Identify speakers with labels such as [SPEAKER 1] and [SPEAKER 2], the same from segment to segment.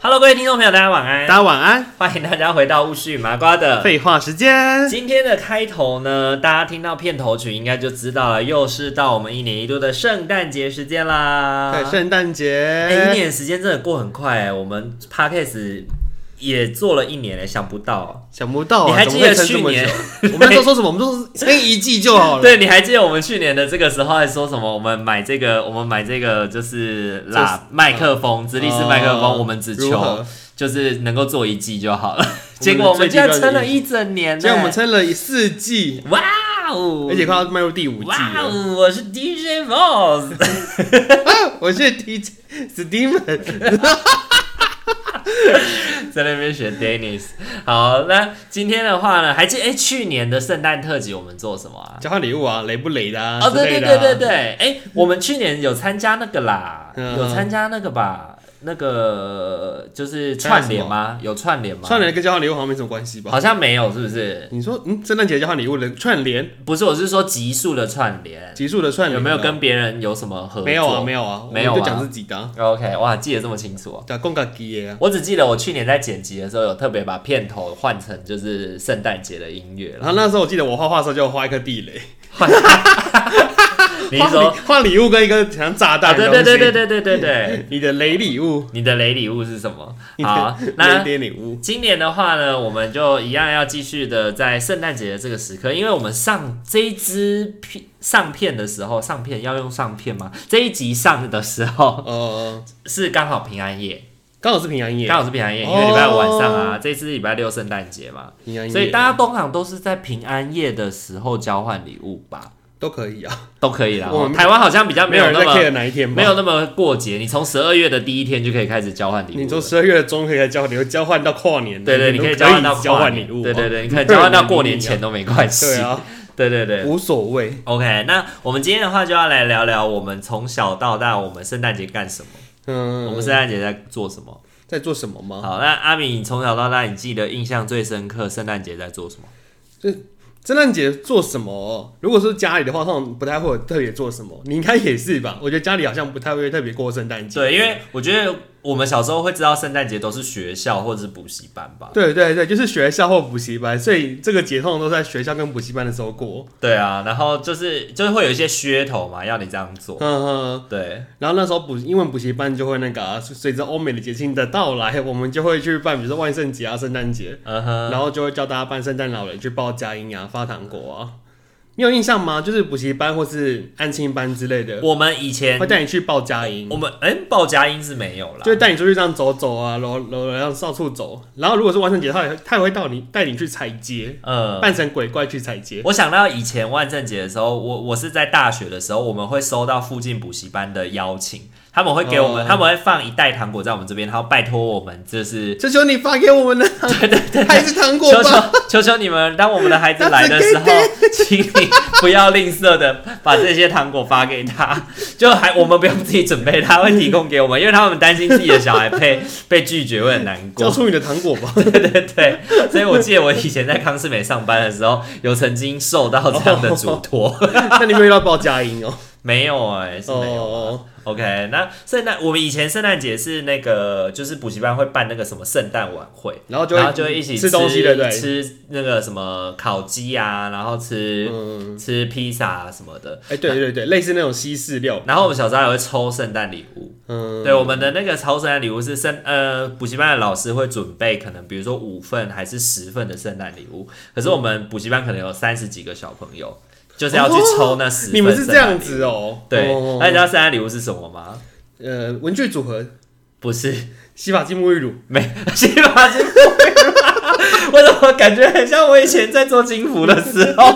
[SPEAKER 1] Hello，各位听众朋友，大家晚安
[SPEAKER 2] 大。家晚安。
[SPEAKER 1] 欢迎大家回到巫师与麻瓜的。
[SPEAKER 2] 废话时间，
[SPEAKER 1] 今天的开头呢，大家听到片头曲应该就知道了，又是到我们一年一度的圣诞节时间啦。
[SPEAKER 2] 对，圣诞
[SPEAKER 1] 哎、一
[SPEAKER 2] 节，
[SPEAKER 1] 年时间真的过很快哎、我们 podcast 也做了一年哎、想不到。
[SPEAKER 2] 想不到
[SPEAKER 1] 你
[SPEAKER 2] 啊，
[SPEAKER 1] 还
[SPEAKER 2] 怎
[SPEAKER 1] 记
[SPEAKER 2] 么会
[SPEAKER 1] 得
[SPEAKER 2] 撑这
[SPEAKER 1] 去
[SPEAKER 2] 么久
[SPEAKER 1] 年？？
[SPEAKER 2] 我们那时候说什么？我们都说撑一季就好了。
[SPEAKER 1] 对，你还记得我们去年的这个时候还说什么？我们买这个，我们买这个就是啦麦克风，直立式麦克风，
[SPEAKER 2] 哦
[SPEAKER 1] 我们只
[SPEAKER 2] 嗯如
[SPEAKER 1] 求
[SPEAKER 2] 何
[SPEAKER 1] 就是能够做一季就好 了。结果我们竟
[SPEAKER 2] 最近
[SPEAKER 1] 然
[SPEAKER 2] 到底
[SPEAKER 1] 撑了一整年呢，欸
[SPEAKER 2] 结果我们撑了四季，
[SPEAKER 1] 哇哦，
[SPEAKER 2] 而且快要迈入第五季
[SPEAKER 1] 哇
[SPEAKER 2] 了。
[SPEAKER 1] 哦，我是 DJ Boss，
[SPEAKER 2] 我是 DJ Steven，
[SPEAKER 1] 在那边学 Dennis。好，那今天的话呢，还记哎、去年的圣诞特辑我们做什么啊？
[SPEAKER 2] 交换礼物啊，雷不雷的啊？
[SPEAKER 1] 哦，
[SPEAKER 2] 之
[SPEAKER 1] 对对
[SPEAKER 2] 类的
[SPEAKER 1] 对
[SPEAKER 2] 啊
[SPEAKER 1] 对对，哎、我们去年有参加那个啦，
[SPEAKER 2] 嗯
[SPEAKER 1] 有参加那个吧，那个就是串联吗？有串联吗？
[SPEAKER 2] 串联跟交换礼物好像没什么关系吧
[SPEAKER 1] 好？像没有，是不是？
[SPEAKER 2] 你说，嗯，圣诞节交换礼物的串联，
[SPEAKER 1] 不是，我是说集数的串联，
[SPEAKER 2] 集数的串联
[SPEAKER 1] 有没有
[SPEAKER 2] 啊
[SPEAKER 1] 跟别人有什么合作？
[SPEAKER 2] 没有啊，没有啊，
[SPEAKER 1] 没有啊
[SPEAKER 2] 我们就讲自己的啊，
[SPEAKER 1] 有。OK，哇，记得这么清楚哦。
[SPEAKER 2] 对啊，共个基的啊。
[SPEAKER 1] 我只记得我去年在剪辑的时候，有特别把片头换成就是圣诞节的音乐
[SPEAKER 2] 然
[SPEAKER 1] 了。
[SPEAKER 2] 后那时候我记得我画画的时候就画一颗地雷，
[SPEAKER 1] 你是
[SPEAKER 2] 画
[SPEAKER 1] 说
[SPEAKER 2] 礼，画礼物跟一个像炸
[SPEAKER 1] 啊
[SPEAKER 2] 弹的
[SPEAKER 1] 对
[SPEAKER 2] 东西，
[SPEAKER 1] 对对对对对对 对，
[SPEAKER 2] 你的雷礼物，
[SPEAKER 1] 你的雷礼物是什么？
[SPEAKER 2] 你
[SPEAKER 1] 好
[SPEAKER 2] 的，
[SPEAKER 1] 那
[SPEAKER 2] 雷点礼物，
[SPEAKER 1] 今年的话呢，我们就一样要继续的在圣诞节的这个时刻，因为我们上这一支片上片的时候，上片要用上片吗？这一集上的时候
[SPEAKER 2] 呃，
[SPEAKER 1] 是刚好平安夜，
[SPEAKER 2] 刚好是平安夜，
[SPEAKER 1] 刚好是平安夜，因为礼拜五晚上
[SPEAKER 2] 哦
[SPEAKER 1] 啊，这次是礼拜六圣诞节嘛，
[SPEAKER 2] 平安夜，
[SPEAKER 1] 所以大家通常都是在平安夜的时候交换礼物吧，
[SPEAKER 2] 都可以啊，
[SPEAKER 1] 都可以啦。
[SPEAKER 2] 我
[SPEAKER 1] 哦
[SPEAKER 2] 们
[SPEAKER 1] 台湾好像比较没有
[SPEAKER 2] 人
[SPEAKER 1] 那
[SPEAKER 2] 在 care
[SPEAKER 1] 么
[SPEAKER 2] 哪一天吧？
[SPEAKER 1] 没有，那么过节，你从十二月的第一天就可以开始交换礼物了。
[SPEAKER 2] 你从十二月中可以来交换，你会交换到跨年，
[SPEAKER 1] 对对，你
[SPEAKER 2] 都
[SPEAKER 1] 可
[SPEAKER 2] 可
[SPEAKER 1] 以
[SPEAKER 2] 以
[SPEAKER 1] 交换到
[SPEAKER 2] 交
[SPEAKER 1] 跨
[SPEAKER 2] 换
[SPEAKER 1] 年
[SPEAKER 2] 礼物，啊
[SPEAKER 1] 对对，对，你可以交换到过年前都没关系。
[SPEAKER 2] 对啊，
[SPEAKER 1] 对对对。
[SPEAKER 2] 无所谓，
[SPEAKER 1] OK，那我们今天的话就要来聊聊我们从小到大，我们圣诞节干什么？我们
[SPEAKER 2] 嗯，
[SPEAKER 1] 圣诞节在做什么？
[SPEAKER 2] 在做什么吗？
[SPEAKER 1] 好，那阿敏，你从小到大，你记得印象最深刻，圣诞节在做什么？
[SPEAKER 2] 圣诞节做什么？如果是家里的话，通常不太会有特别做什么，你应该也是吧？我觉得家里好像不太会特别过圣诞节，
[SPEAKER 1] 对，因为我觉得我们小时候会知道圣诞节都是学校或者是补习班吧。
[SPEAKER 2] 对对对，就是学校或补习班，所以这个节痛都在学校跟补习班的时候过。
[SPEAKER 1] 对啊，然后就是就是会有一些噱头嘛，要你这样做。
[SPEAKER 2] 嗯哼，
[SPEAKER 1] 对，
[SPEAKER 2] 然后那时候补英文补习班就会那个、啊，随着欧美的节庆的到来，我们就会去办，比如说万圣节啊、圣诞节，
[SPEAKER 1] 嗯哼，
[SPEAKER 2] 然后就会教大家扮圣诞老人去报佳音啊、发糖果啊。你有印象吗？就是补习班或是安亲班之类的，
[SPEAKER 1] 我们以前
[SPEAKER 2] 会带你去报佳音
[SPEAKER 1] 我，们哎报佳音是没有啦
[SPEAKER 2] 就，会带你出去这样走走啊，然后然后然后到处走。然后如果是万圣节，他也他也会到你带你去踩街，
[SPEAKER 1] 嗯，
[SPEAKER 2] 扮成鬼怪去踩街。
[SPEAKER 1] 我想到以前万圣节的时候，我我是在大学的时候，我们会收到附近补习班的邀请，他们会给我们，
[SPEAKER 2] 哦
[SPEAKER 1] 他们会放一袋糖果在我们这边，然后拜托我们，就是
[SPEAKER 2] 求求你发给我们的，
[SPEAKER 1] 对对对，
[SPEAKER 2] 还是糖果
[SPEAKER 1] 求
[SPEAKER 2] 吧。
[SPEAKER 1] 求求求你们，当我们的孩子来的时候，请你不要吝啬的把这些糖果发给他，就还我们不用自己准备，他会提供给我们，因为他们担心自己的小孩被被拒绝会很难过
[SPEAKER 2] 交。出你的糖果 吧。
[SPEAKER 1] 对对对，所以我记得我以前在康世美上班的时候，有曾经受到这样的嘱托。
[SPEAKER 2] 那你们有要报佳音哦？
[SPEAKER 1] 没有哎、是 没有。
[SPEAKER 2] 哦，
[SPEAKER 1] OK，那圣诞我们以前圣诞节是那个，就是补习班会办那个什么圣诞晚会，
[SPEAKER 2] 然后就
[SPEAKER 1] 然后就会一起
[SPEAKER 2] 吃东西，对不对？
[SPEAKER 1] 吃那个什么烤鸡啊，然后吃、
[SPEAKER 2] 嗯，
[SPEAKER 1] 吃披萨、啊、什么的。
[SPEAKER 2] 哎，对对对，类似那种西式料，
[SPEAKER 1] 然后我们小时候还会抽圣诞礼物，
[SPEAKER 2] 嗯，
[SPEAKER 1] 对，我们的那个抽圣诞礼物是圣呃补习班的老师会准备可能比如说五份还是十份的圣诞礼物，可是我们补习班可能有三十几个小朋友，就是要去抽那十份、
[SPEAKER 2] 你们哦是这样？子哦？
[SPEAKER 1] 对，哎
[SPEAKER 2] 哦
[SPEAKER 1] 那你知道圣诞礼物是什么吗？
[SPEAKER 2] 呃，文具组合，
[SPEAKER 1] 不是，
[SPEAKER 2] 洗发精、沐浴乳，
[SPEAKER 1] 没洗发精不会啦为什么么感觉很像我以前在做金服的时候，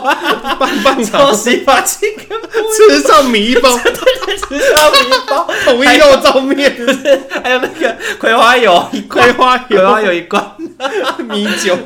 [SPEAKER 2] 棒棒
[SPEAKER 1] 抄
[SPEAKER 2] 糖
[SPEAKER 1] 袭把金服
[SPEAKER 2] 吃上米一包，
[SPEAKER 1] 吃到米包，
[SPEAKER 2] 统一肉燥面，
[SPEAKER 1] 还有那个葵花油一
[SPEAKER 2] 葵
[SPEAKER 1] 罐，
[SPEAKER 2] 花
[SPEAKER 1] 葵花
[SPEAKER 2] 油、
[SPEAKER 1] 油一罐，
[SPEAKER 2] 米 酒，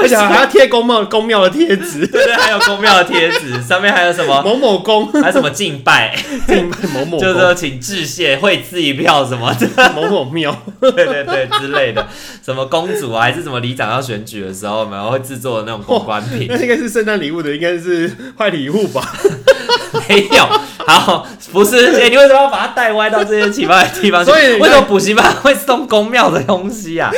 [SPEAKER 2] 而且还要贴公庙公庙的贴纸，
[SPEAKER 1] 对对，还有公庙的贴纸，上面还有什么？
[SPEAKER 2] 某某公
[SPEAKER 1] 还有什么敬拜，
[SPEAKER 2] 敬拜某某
[SPEAKER 1] 啊就是
[SPEAKER 2] 公
[SPEAKER 1] 说请致谢、会字一票什么的，
[SPEAKER 2] 某某庙，
[SPEAKER 1] 对对对之类的，什么公主啊，还是什么里长要选举的时候，我们会制作的那种公关品，
[SPEAKER 2] 那应该是圣诞礼物的，应该是 坏礼物吧？
[SPEAKER 1] 没有，好，不是，哎、你为什么要把它带歪到这些奇怪的地方去？
[SPEAKER 2] 所以你看
[SPEAKER 1] 为什么补习班会送公庙的东西啊？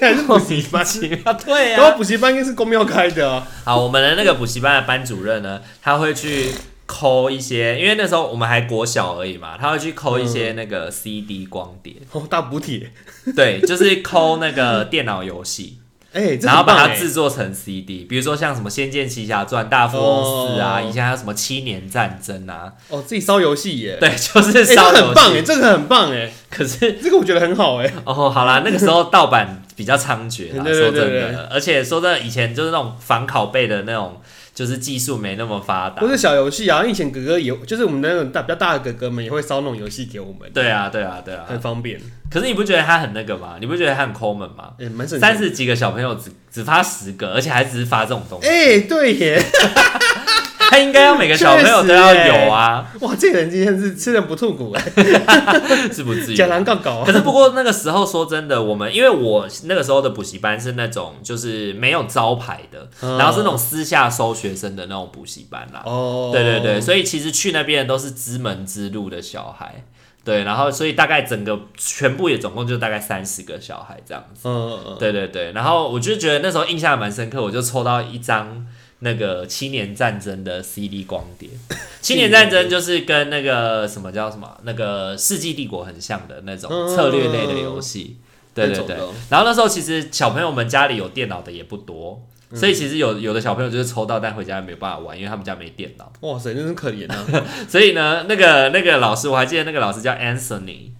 [SPEAKER 2] 还是补习 班？
[SPEAKER 1] 奇妙， 对 啊
[SPEAKER 2] 然后
[SPEAKER 1] 呀、
[SPEAKER 2] 补习班应该是公庙开的啊，
[SPEAKER 1] 好，我们的那个补习班的班主任呢，他会去抠一些，因为那时候我们还国小而已嘛，他会去抠一些那
[SPEAKER 2] 嗯
[SPEAKER 1] 个 CD 光碟，
[SPEAKER 2] 哦，大补帖，
[SPEAKER 1] 对，就是抠那个电脑游戏。
[SPEAKER 2] 哎， 这
[SPEAKER 1] 然后
[SPEAKER 2] 很棒
[SPEAKER 1] 把它
[SPEAKER 2] 哎，
[SPEAKER 1] 制作成 CD，比如说像什么《仙剑奇侠传》《大富翁四》啊，
[SPEAKER 2] 哦
[SPEAKER 1] 以前还有什么《七年战争》啊，
[SPEAKER 2] 哦，自己烧游戏耶，
[SPEAKER 1] 对，就是
[SPEAKER 2] 哎，这
[SPEAKER 1] 烧
[SPEAKER 2] 个
[SPEAKER 1] 游
[SPEAKER 2] 很棒哎，
[SPEAKER 1] 戏。
[SPEAKER 2] 这个很棒哎，
[SPEAKER 1] 可是
[SPEAKER 2] 这个我觉得很好哎，
[SPEAKER 1] 哦，好啦，那个时候盗版比较猖獗啦，
[SPEAKER 2] 对
[SPEAKER 1] 说
[SPEAKER 2] 对对
[SPEAKER 1] 真
[SPEAKER 2] 对
[SPEAKER 1] 的，而且说真的，以前就是那种仿拷贝的那种，就是技术没那么发达
[SPEAKER 2] 不。是小游戏啊，因为以前哥哥也就是我们那种大比较大的哥哥们也会烧那种游戏给我们，
[SPEAKER 1] 对啊，对啊，对啊。
[SPEAKER 2] 很方便，
[SPEAKER 1] 可是你不觉得他很那个吗？你不觉得他很抠门吗？
[SPEAKER 2] 哎，蛮省
[SPEAKER 1] 三
[SPEAKER 2] 钱。
[SPEAKER 1] 十几个小朋友只只发十个，而且还只是发这种东西，
[SPEAKER 2] 哎，对耶，
[SPEAKER 1] 他应该要每个小朋友都要有啊，
[SPEAKER 2] 哇，这个人今天是吃人不吐骨哎，
[SPEAKER 1] 是不至于
[SPEAKER 2] 假。狼杠搞
[SPEAKER 1] 可是不过那个时候说真的，我们因为我那个时候的补习班是那种就是没有招牌的，
[SPEAKER 2] 嗯
[SPEAKER 1] 然后是那种私下收学生的那种补习班啦。
[SPEAKER 2] 哦，
[SPEAKER 1] 对对对，，所以其实去那边的都是知门之路的小孩，对，然后所以大概整个全部也总共就大概三十个小孩这样子。
[SPEAKER 2] 嗯，
[SPEAKER 1] 对对对，然后我就觉得那时候印象蛮深刻，我就抽到一张那个七年战争的 CD 光碟。七年战争就是跟那个什么叫什么那个世纪帝国很像的那种
[SPEAKER 2] 嗯
[SPEAKER 1] 策略类的游戏。对对对
[SPEAKER 2] 那种的，
[SPEAKER 1] 然后那时候其实小朋友们家里有电脑的也不多，所以其实有有的小朋友就是抽到，但回家没有办法玩，因为他们家没电脑。
[SPEAKER 2] 哇塞，真是可怜啊，
[SPEAKER 1] 所以呢，那个那个老师，我还记得那个老师叫 Anthony。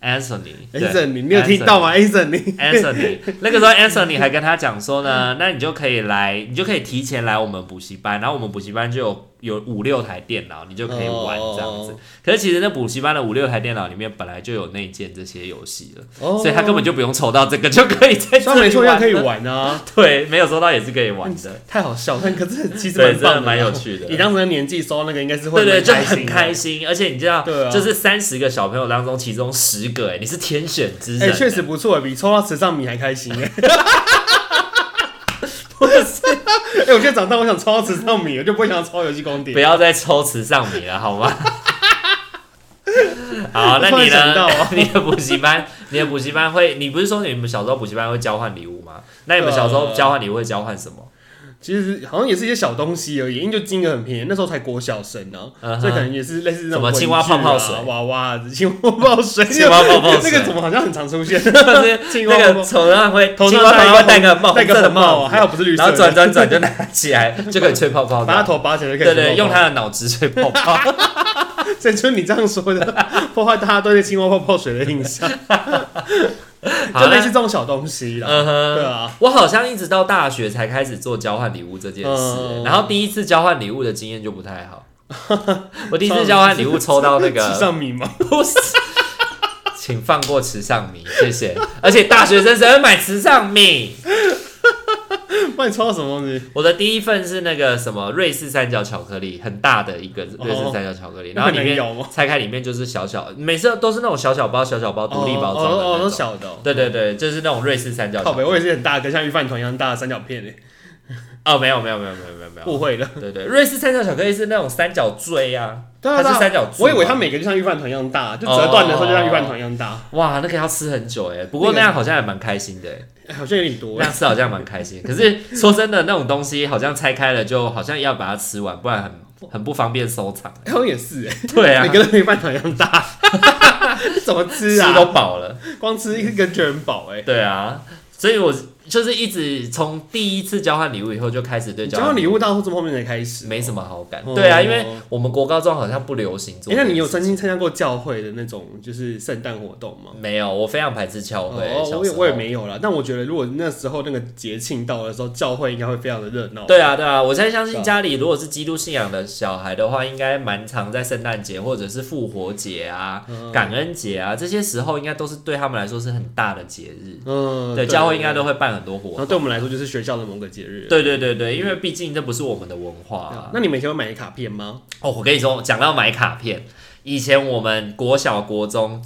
[SPEAKER 1] Anthony，
[SPEAKER 2] a
[SPEAKER 1] 对
[SPEAKER 2] n s o n 哎你没有听到吗 a n s o n 你
[SPEAKER 1] Anthony，那个 时候 Anthony 还跟他讲说呢，那你就可以来，你就可以提前来我们补习班，然后我们补习班就有有五六台电脑，你就可以玩
[SPEAKER 2] 哦
[SPEAKER 1] 这样子。可是其实那补习班的五六台电脑里面本来就有内建这些游戏了，所以他根本就不用抽到这个就可以在这
[SPEAKER 2] 双
[SPEAKER 1] 里
[SPEAKER 2] 没错，要
[SPEAKER 1] 玩
[SPEAKER 2] 可哦以
[SPEAKER 1] 了，
[SPEAKER 2] 玩啊，
[SPEAKER 1] 对，没有抽到也是可以玩的，
[SPEAKER 2] 太好笑，但可是其实
[SPEAKER 1] 对，
[SPEAKER 2] 蛮
[SPEAKER 1] 真的
[SPEAKER 2] 棒
[SPEAKER 1] 蛮
[SPEAKER 2] 的
[SPEAKER 1] 有
[SPEAKER 2] 啊。
[SPEAKER 1] 趣的。
[SPEAKER 2] 你当时的年纪收那个应该是会
[SPEAKER 1] 对对，就很
[SPEAKER 2] 心的
[SPEAKER 1] 开心，而且你知道，
[SPEAKER 2] 对啊
[SPEAKER 1] 就是三十个小朋友当中，其中十个哎、你是天选之人、
[SPEAKER 2] 哎，确实不错，比抽到池上米还 开心哎。哎、我觉得长大我想抽到池上米，我就不会想抽游戏光碟。
[SPEAKER 1] 不要再抽池上米了，好吗？ 好，那
[SPEAKER 2] 我突然
[SPEAKER 1] 你
[SPEAKER 2] 想到
[SPEAKER 1] 呢？ 你的补习班，你的补习班会，你不是说你们小时候补习班会交换礼物吗？那你们小时候
[SPEAKER 2] 呃
[SPEAKER 1] 交换礼物会交换什 么？
[SPEAKER 2] 其实好像也是一些小东西而已，因为就金额很便宜，那时候才国小生呢、
[SPEAKER 1] 嗯哼
[SPEAKER 2] 所以可能也是类似那
[SPEAKER 1] 什
[SPEAKER 2] 种
[SPEAKER 1] 么
[SPEAKER 2] 文具啊
[SPEAKER 1] 青蛙泡泡水
[SPEAKER 2] 娃娃、青蛙泡泡水、
[SPEAKER 1] 青蛙泡泡水
[SPEAKER 2] 那个怎么好像很常 出现？
[SPEAKER 1] 就是
[SPEAKER 2] 青蛙
[SPEAKER 1] 那
[SPEAKER 2] 泡
[SPEAKER 1] 个
[SPEAKER 2] 泡
[SPEAKER 1] 头上会，
[SPEAKER 2] 头
[SPEAKER 1] 青
[SPEAKER 2] 上
[SPEAKER 1] 蛙头上会
[SPEAKER 2] 戴
[SPEAKER 1] 戴个帽，
[SPEAKER 2] 戴
[SPEAKER 1] 红色
[SPEAKER 2] 个
[SPEAKER 1] 的
[SPEAKER 2] 红帽
[SPEAKER 1] 帽
[SPEAKER 2] 啊，
[SPEAKER 1] 子
[SPEAKER 2] 还好不是绿色
[SPEAKER 1] 然后
[SPEAKER 2] 的，
[SPEAKER 1] 转转转就拿起来，就可以吹泡泡
[SPEAKER 2] 把他
[SPEAKER 1] 的。
[SPEAKER 2] 头拔起来就可以
[SPEAKER 1] 对
[SPEAKER 2] 吹泡泡。
[SPEAKER 1] 对，用他的脑子吹泡 泡。
[SPEAKER 2] 所以就你这样说的， 破坏大家对青蛙泡泡水的印 象，
[SPEAKER 1] 好
[SPEAKER 2] 就类似
[SPEAKER 1] 了，
[SPEAKER 2] 这种小东西啦。
[SPEAKER 1] 嗯哼，
[SPEAKER 2] 对啊，
[SPEAKER 1] 我好像一直到大学才开始做交换礼物这件事、
[SPEAKER 2] 嗯
[SPEAKER 1] 然后第一次交换礼物的经验就不太 好。我第一次交换礼物抽到那
[SPEAKER 2] 池
[SPEAKER 1] 个，
[SPEAKER 2] 上米吗？
[SPEAKER 1] 不是， 请放过池上米，谢谢。而且大学生谁会买池上米？
[SPEAKER 2] 不然你抽到什么东西？
[SPEAKER 1] 我的第一份是那个什么瑞士三角巧克力，很大的一个瑞士三角巧克力，然后里
[SPEAKER 2] 哦那很难
[SPEAKER 1] 面
[SPEAKER 2] 咬吗
[SPEAKER 1] 拆开里面就是小小，每次都是那种小小包、小小包独立包装的
[SPEAKER 2] 哦哦，
[SPEAKER 1] 那
[SPEAKER 2] 都
[SPEAKER 1] 种。
[SPEAKER 2] 小的、哦。
[SPEAKER 1] 对啊对对，就是那种瑞士三角巧
[SPEAKER 2] 靠
[SPEAKER 1] 克
[SPEAKER 2] 北，
[SPEAKER 1] 力。
[SPEAKER 2] 我也是很大个，像鱼饭团一样大的三角片诶，
[SPEAKER 1] 哦，没有没有没有没有没有没有，
[SPEAKER 2] 误会了。
[SPEAKER 1] 对对，瑞士三角巧克力是那种三角锥啊，
[SPEAKER 2] 对啊，
[SPEAKER 1] 它
[SPEAKER 2] 对
[SPEAKER 1] 是
[SPEAKER 2] 啊
[SPEAKER 1] 三角哦锥。
[SPEAKER 2] 我以为它每个就像鱼饭团一样大，就折断的时候就像鱼饭团一样大，
[SPEAKER 1] 哇，那个要吃很久哎，不过
[SPEAKER 2] 那个
[SPEAKER 1] 那样好像也蛮开心的欸，
[SPEAKER 2] 哎好像有点多
[SPEAKER 1] 那。样吃好像蛮开心。可是说真的，那种东西好像拆开了就好像要把它吃完，不然很很不方便收藏。
[SPEAKER 2] 哎好像也是哎，
[SPEAKER 1] 对啊
[SPEAKER 2] 每，个都跟鱼饭团一样大， 你怎么吃
[SPEAKER 1] 吃
[SPEAKER 2] 啊？
[SPEAKER 1] 都饱了。
[SPEAKER 2] 光吃一根就很饱哎。
[SPEAKER 1] 对啊，所以我就是一直从第一次交换礼物以后就开始对
[SPEAKER 2] 交换
[SPEAKER 1] 礼
[SPEAKER 2] 礼物到后这么后面才开始。
[SPEAKER 1] 没什么好感。
[SPEAKER 2] 哦
[SPEAKER 1] 对啊，因为我们国高中好像不流行做这
[SPEAKER 2] 哎、
[SPEAKER 1] 件事。
[SPEAKER 2] 那你有曾经参加过教会的那种就是圣诞活动吗？
[SPEAKER 1] 没有？我非常排斥教会。
[SPEAKER 2] 哦，
[SPEAKER 1] 小
[SPEAKER 2] 我也
[SPEAKER 1] 时
[SPEAKER 2] 我也
[SPEAKER 1] 候。
[SPEAKER 2] 没有啦。但我觉得如果那时候那个节庆到的时候，教会应该会非常的热闹。
[SPEAKER 1] 对啊，对啊，我才相信家里如果是基督信仰的小孩的话，应该蛮常在圣诞节或者是复活节啊、感恩节啊这些时候，应该都是对他们来说是很大的节日。
[SPEAKER 2] 嗯，
[SPEAKER 1] 对，教会应该都会办很多活
[SPEAKER 2] 然
[SPEAKER 1] 动
[SPEAKER 2] 后。对我们来说就是学校的某个节日。
[SPEAKER 1] 对对对对，因为毕竟这不是我们的文化啊、
[SPEAKER 2] 那你每天会买卡片吗？
[SPEAKER 1] 哦，我跟你说，讲到买卡片，以前我们国小、国中、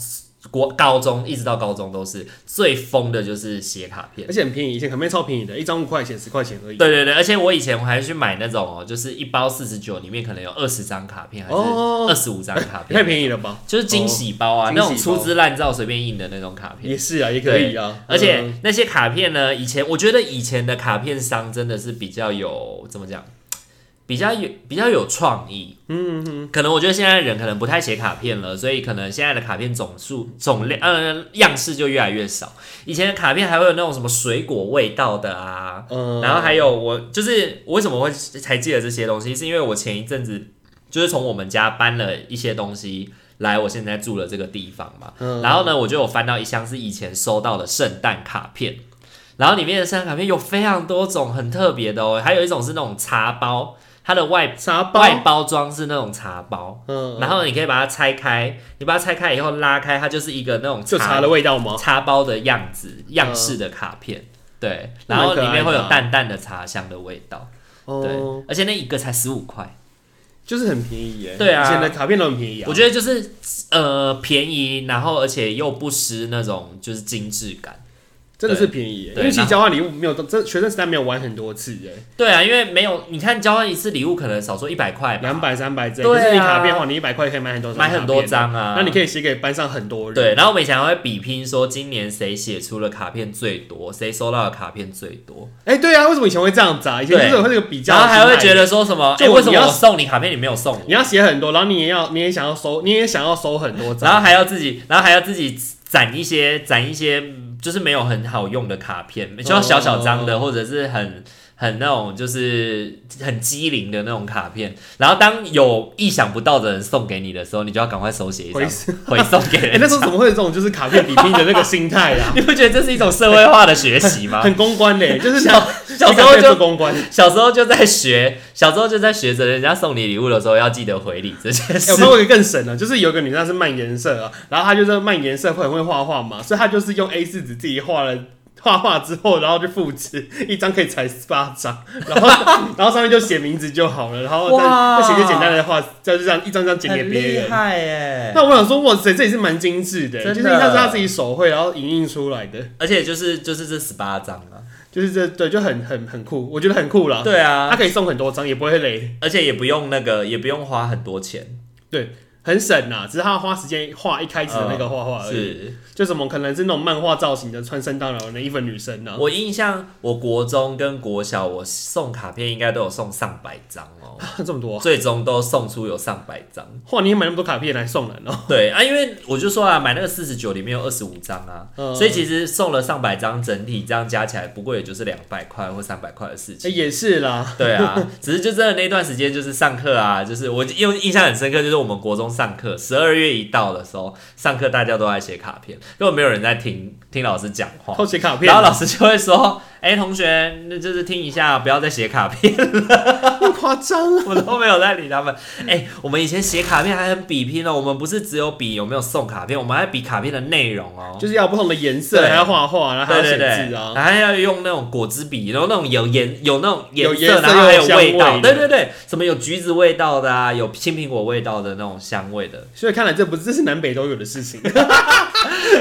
[SPEAKER 1] 国高中一直到高中都是最疯的，就是写卡片。
[SPEAKER 2] 而且很便宜，以前卡片超便宜的，一张五块钱、十块钱而已。
[SPEAKER 1] 对对对，而且我以前我还去买那种哦，就是一包四十九，里面可能有二十张卡片，还是
[SPEAKER 2] 哦
[SPEAKER 1] 二十五张卡
[SPEAKER 2] 也太
[SPEAKER 1] 片，
[SPEAKER 2] 便宜了吧？
[SPEAKER 1] 就是惊喜包啊，
[SPEAKER 2] 哦
[SPEAKER 1] 那种
[SPEAKER 2] 惊喜包
[SPEAKER 1] 粗制滥造、随便印的那种卡片。
[SPEAKER 2] 也是啊，也可以啊。
[SPEAKER 1] 而且
[SPEAKER 2] 嗯
[SPEAKER 1] 那些卡片呢，以前我觉得以前的卡片商真的是比较有怎么讲，比较有比较有创意。嗯嗯，可能我觉得现在人可能不太写卡片了，所以可能现在的卡片总数总量呃样式就越来越少。以前的卡片还会有那种什么水果味道的啊，
[SPEAKER 2] 嗯
[SPEAKER 1] 然后还有我就是我为什么会才记得这些东西，是因为我前一阵子就是从我们家搬了一些东西来我现在住的这个地方嘛，
[SPEAKER 2] 嗯
[SPEAKER 1] 然后呢我就有翻到一箱是以前收到的圣诞卡片，然后里面的圣诞卡片有非常多种很特别的哦，还有一种是那种茶包，它的外
[SPEAKER 2] 茶
[SPEAKER 1] 外
[SPEAKER 2] 包，
[SPEAKER 1] 包装是那种茶包。
[SPEAKER 2] 嗯，
[SPEAKER 1] 然后你可以把它拆开，你把它拆开以后拉开，它就是一个那种
[SPEAKER 2] 就茶的味道吗？
[SPEAKER 1] 茶包的样子样式的卡片，对，
[SPEAKER 2] 那
[SPEAKER 1] 然后
[SPEAKER 2] 蛮可
[SPEAKER 1] 里
[SPEAKER 2] 爱的啊
[SPEAKER 1] 面会有淡淡的茶香的味道，对
[SPEAKER 2] 哦，，
[SPEAKER 1] 而且那一个才十五块，
[SPEAKER 2] 就是很便宜耶。
[SPEAKER 1] 对啊
[SPEAKER 2] 以前的卡片都很便宜啊。
[SPEAKER 1] 我觉得就是呃便宜，然后而且又不失那种就是精致感。
[SPEAKER 2] 真的是便宜耶，因
[SPEAKER 1] 对
[SPEAKER 2] 为其
[SPEAKER 1] 然
[SPEAKER 2] 实
[SPEAKER 1] 后
[SPEAKER 2] 交换礼物没有到，这学生时代没有玩很多次耶，
[SPEAKER 1] 对啊，因为没有你看交换一次礼物可能少说一百块吧，
[SPEAKER 2] 两百、三百这样。
[SPEAKER 1] 对
[SPEAKER 2] 可
[SPEAKER 1] 啊
[SPEAKER 2] 是你卡片的话，你一百块可以买很多张卡
[SPEAKER 1] 买
[SPEAKER 2] 片，
[SPEAKER 1] 很多张啊，
[SPEAKER 2] 那你可以写给班上很多人。
[SPEAKER 1] 对，，然后我们以前还会比拼说今年谁写出了卡片最多，谁收到的卡片最多，
[SPEAKER 2] 哎，对啊，为什么以前会这样子啊？以前就是有这个比较
[SPEAKER 1] 然
[SPEAKER 2] 心
[SPEAKER 1] 后
[SPEAKER 2] 态耶，
[SPEAKER 1] 还会觉得说什么，
[SPEAKER 2] 就
[SPEAKER 1] 哎、
[SPEAKER 2] 我
[SPEAKER 1] 为什
[SPEAKER 2] 你
[SPEAKER 1] 么
[SPEAKER 2] 要
[SPEAKER 1] 我送你卡片你没有送我
[SPEAKER 2] 你？要写很多，然后你也要，你也想要收，你也想要收很多张。
[SPEAKER 1] 然后还要自己，然后还要自己攒一些攒一些，嗯就是没有很好用的卡片，就要小小张
[SPEAKER 2] 哦
[SPEAKER 1] 的，或者是很很那种就是很机灵的那种卡片。然后当有意想不到的人送给你的时候，你就要赶快手写一张
[SPEAKER 2] 回
[SPEAKER 1] 回送 给
[SPEAKER 2] 哎、
[SPEAKER 1] 人
[SPEAKER 2] 那。时候怎么会有这种就是卡片比拼的那个心态啊
[SPEAKER 1] ？你不觉得这是一种社会化的学习 吗？
[SPEAKER 2] 很公关嘞，就是
[SPEAKER 1] 小
[SPEAKER 2] 想
[SPEAKER 1] 啊小时候
[SPEAKER 2] 你卡片不
[SPEAKER 1] 就
[SPEAKER 2] 公关。哎、
[SPEAKER 1] 小时候就在学，小时候就在学着人家送你礼物的时候要记得回礼这件事
[SPEAKER 2] 哎我。看过一个更神的，就是有个女生她是漫颜色啊，然后她就是漫颜色会很会画画嘛，所以她就是用 A 4纸自己画了。画画之后，然后就复制一张可以裁十八张，然后然后上面就写名字就好了，然后再
[SPEAKER 1] 哇
[SPEAKER 2] 再写一些简单的画，再就这样一张一张剪给
[SPEAKER 1] 很
[SPEAKER 2] 别
[SPEAKER 1] 厉
[SPEAKER 2] 人。
[SPEAKER 1] 害耶！
[SPEAKER 2] 那我想说，哇塞，这也是蛮精致的，
[SPEAKER 1] 真的
[SPEAKER 2] 就是她是她自己手绘，然后影印出来的，
[SPEAKER 1] 而且就是就是这十八张啊，
[SPEAKER 2] 就是这对就很很很酷，我觉得很酷啦。
[SPEAKER 1] 对啊，
[SPEAKER 2] 它可以送很多张，也不会累，
[SPEAKER 1] 而且也不用那个，也不用花很多钱，
[SPEAKER 2] 对，很省呐、只是他要花时间画一开始的那个画画而已，
[SPEAKER 1] 是
[SPEAKER 2] 就什么可能是那种漫画造型的穿圣诞老人的衣服的女生呢、
[SPEAKER 1] 我印象，我国中跟国小，我送卡片应该都有送上百张 哦，
[SPEAKER 2] 啊，这么多、啊，
[SPEAKER 1] 最终都送出有上百张。
[SPEAKER 2] 哇，你也买那么多卡片来送人哦、
[SPEAKER 1] 对啊，因为我就说啊，买那个四十九里面有二十五张啊，
[SPEAKER 2] 嗯
[SPEAKER 1] 所以其实送了上百张，整体这样加起来不过也就是两百块或三百块的事
[SPEAKER 2] 哎
[SPEAKER 1] 情。
[SPEAKER 2] 也是啦，
[SPEAKER 1] 对啊， 只是就真的那段时间就是上课啊，就是我印印象很深刻，就是我们国中上课，十二月一到的时候，上课大家都在写卡片，根本没有人在听听老师讲话。
[SPEAKER 2] 偷写卡片
[SPEAKER 1] 然，后 老师就会说：“哎、同学，那就是听一下，不要再写卡片。
[SPEAKER 2] 不夸张啊”。
[SPEAKER 1] 我都没有在理他 们。哎、我们以前写卡片还很比拼哦，我们不是只有比有没有送卡片，我们还比卡片的内容哦。
[SPEAKER 2] 就是要不同的颜色，
[SPEAKER 1] 对
[SPEAKER 2] 还要画画，然后还
[SPEAKER 1] 对
[SPEAKER 2] 要写
[SPEAKER 1] 对对，
[SPEAKER 2] 字啊。
[SPEAKER 1] 然后还要用那种果汁笔，然后那种有颜有那种
[SPEAKER 2] 有
[SPEAKER 1] 颜
[SPEAKER 2] 颜色
[SPEAKER 1] 然后还有
[SPEAKER 2] 有香
[SPEAKER 1] 味道，
[SPEAKER 2] 味
[SPEAKER 1] 对
[SPEAKER 2] 的
[SPEAKER 1] 对对，什么有橘子味道的啊，有青苹果味道的那种香味的，
[SPEAKER 2] 所以看来这不是这是南北都有的 事情，
[SPEAKER 1] 啊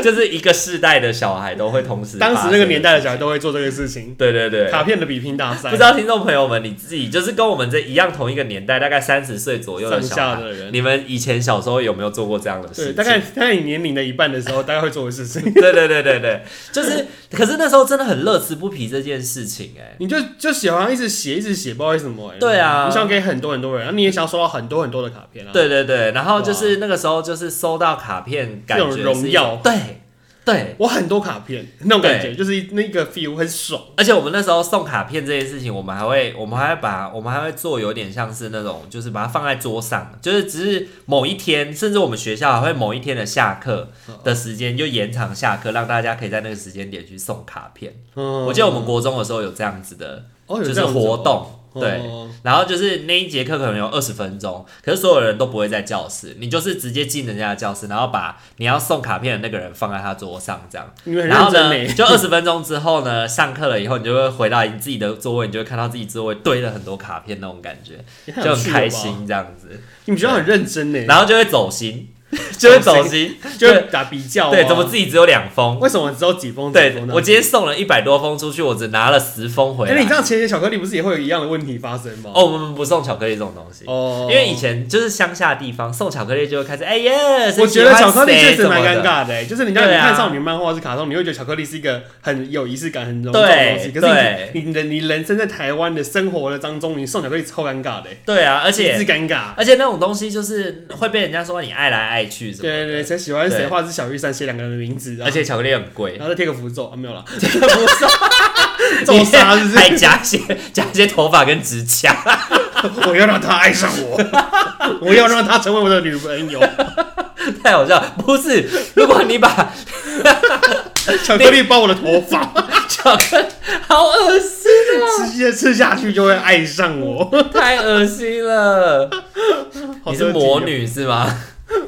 [SPEAKER 1] 就是一个世代的小孩都会同时。
[SPEAKER 2] 当时那个年代的，小孩都会做这个事情，
[SPEAKER 1] 对对对，
[SPEAKER 2] 卡片的比拼大
[SPEAKER 1] 不
[SPEAKER 2] 赛
[SPEAKER 1] 知，道听众朋友们，你自己就是跟我们这一样同一个年代，大概三十岁左右的
[SPEAKER 2] 上
[SPEAKER 1] 小
[SPEAKER 2] 下
[SPEAKER 1] 孩，
[SPEAKER 2] 的人，
[SPEAKER 1] 你们以前小时候有没有做过这样的事
[SPEAKER 2] 对，
[SPEAKER 1] 情？
[SPEAKER 2] 大概大概你年龄的一半的时候，大概会做的事情。
[SPEAKER 1] 对对对对对，就是，可是那时候真的很乐此不疲这件事情、哎，
[SPEAKER 2] 你就就喜欢一直写，一直写，不知道为什么、欸。
[SPEAKER 1] 对啊
[SPEAKER 2] 你想给很多很多人，然后你也想要收到很多很多的卡片啊。，
[SPEAKER 1] 对对对，然后就是那个时候就是收到卡片，感觉
[SPEAKER 2] 这
[SPEAKER 1] 是
[SPEAKER 2] 种荣耀
[SPEAKER 1] 一种对。对，
[SPEAKER 2] 我很多卡片那种感觉，
[SPEAKER 1] 对
[SPEAKER 2] 就是那个 feel 很爽。
[SPEAKER 1] 而且我们那时候送卡片这件事情，我们还会，我们还会把，我们还会做有点像是那种，就是把它放在桌上，就是只是某一天，甚至我们学校还会某一天的下课
[SPEAKER 2] 嗯
[SPEAKER 1] 的时间就延长下课，让大家可以在那个时间点去送卡片。
[SPEAKER 2] 嗯，
[SPEAKER 1] 我记得我们国中的时候有这样子的，
[SPEAKER 2] 哦有
[SPEAKER 1] 就
[SPEAKER 2] 这
[SPEAKER 1] 是
[SPEAKER 2] 样子
[SPEAKER 1] 活
[SPEAKER 2] 哦
[SPEAKER 1] 动，对。
[SPEAKER 2] 哦
[SPEAKER 1] 然后就是那一节课可能有二十分钟，可是所有人都不会在教室，你就是直接进人家的教室，然后把你要送卡片的那个人放在他桌上这样。
[SPEAKER 2] 你们很
[SPEAKER 1] 然后
[SPEAKER 2] 认真欸
[SPEAKER 1] 呢，
[SPEAKER 2] 呢，
[SPEAKER 1] 就二十分钟之后呢，上课了以后，你就会回到你自己的座位，你就会看到自己座位堆了很多卡片那种感 觉，
[SPEAKER 2] 也太有
[SPEAKER 1] 就很
[SPEAKER 2] 趣了吧
[SPEAKER 1] 开。心这样子。
[SPEAKER 2] 你们学校很认真呢，
[SPEAKER 1] 然后就会走 心，就会走心，
[SPEAKER 2] 就
[SPEAKER 1] 对
[SPEAKER 2] 打比较啊。
[SPEAKER 1] 对，怎么自己只有两封？
[SPEAKER 2] 为什么只有几封？几
[SPEAKER 1] 对
[SPEAKER 2] 封呢
[SPEAKER 1] 我今天送了一百多封出去，我只拿了十封回
[SPEAKER 2] 哎，你
[SPEAKER 1] 来
[SPEAKER 2] 知。道前年巧克力不是也会有一样的问题发生吗？
[SPEAKER 1] 哦，我们不送巧克力这种东西。
[SPEAKER 2] 哦，
[SPEAKER 1] 因为以前就是乡下地方送巧克力就会开始，哎呀，谁
[SPEAKER 2] 我觉得
[SPEAKER 1] 喜欢
[SPEAKER 2] 巧克力
[SPEAKER 1] 谁
[SPEAKER 2] 确实蛮
[SPEAKER 1] 什么
[SPEAKER 2] 尴
[SPEAKER 1] 的。
[SPEAKER 2] 尬的、欸，就是人家
[SPEAKER 1] 对
[SPEAKER 2] 你
[SPEAKER 1] 啊
[SPEAKER 2] 看少女漫画或是卡通，你会觉得巧克力是一个很有仪式感、很隆重的
[SPEAKER 1] 对
[SPEAKER 2] 东西。可
[SPEAKER 1] 对
[SPEAKER 2] 是你你人你人生在台湾的生活的当中，你送巧克力超尴尬的、欸，
[SPEAKER 1] 对啊，而
[SPEAKER 2] 极致
[SPEAKER 1] 且
[SPEAKER 2] 尴尬。
[SPEAKER 1] 而且那种东西就是会被人家说你爱来爱去什么
[SPEAKER 2] 对
[SPEAKER 1] 的。
[SPEAKER 2] 对对，谁喜欢谁
[SPEAKER 1] 对
[SPEAKER 2] 画只小雨伞，写两个人的名字，然
[SPEAKER 1] 而
[SPEAKER 2] 后
[SPEAKER 1] 且巧克力很贵
[SPEAKER 2] 然，后再贴个符咒啊，没 有了，咒杀是不
[SPEAKER 1] 还
[SPEAKER 2] 是？
[SPEAKER 1] 夹一些 夹一些头发跟指甲，
[SPEAKER 2] 我要让他爱上我， 我要让他成为我的女 朋友。
[SPEAKER 1] 太好笑了。不是，如果你把
[SPEAKER 2] 巧克力包我的头发，
[SPEAKER 1] 巧克力，好恶心
[SPEAKER 2] 直接吃下去就会爱上我。
[SPEAKER 1] 哦，太恶心了。
[SPEAKER 2] 好
[SPEAKER 1] 你是
[SPEAKER 2] 色情哦
[SPEAKER 1] 魔，女是 吗？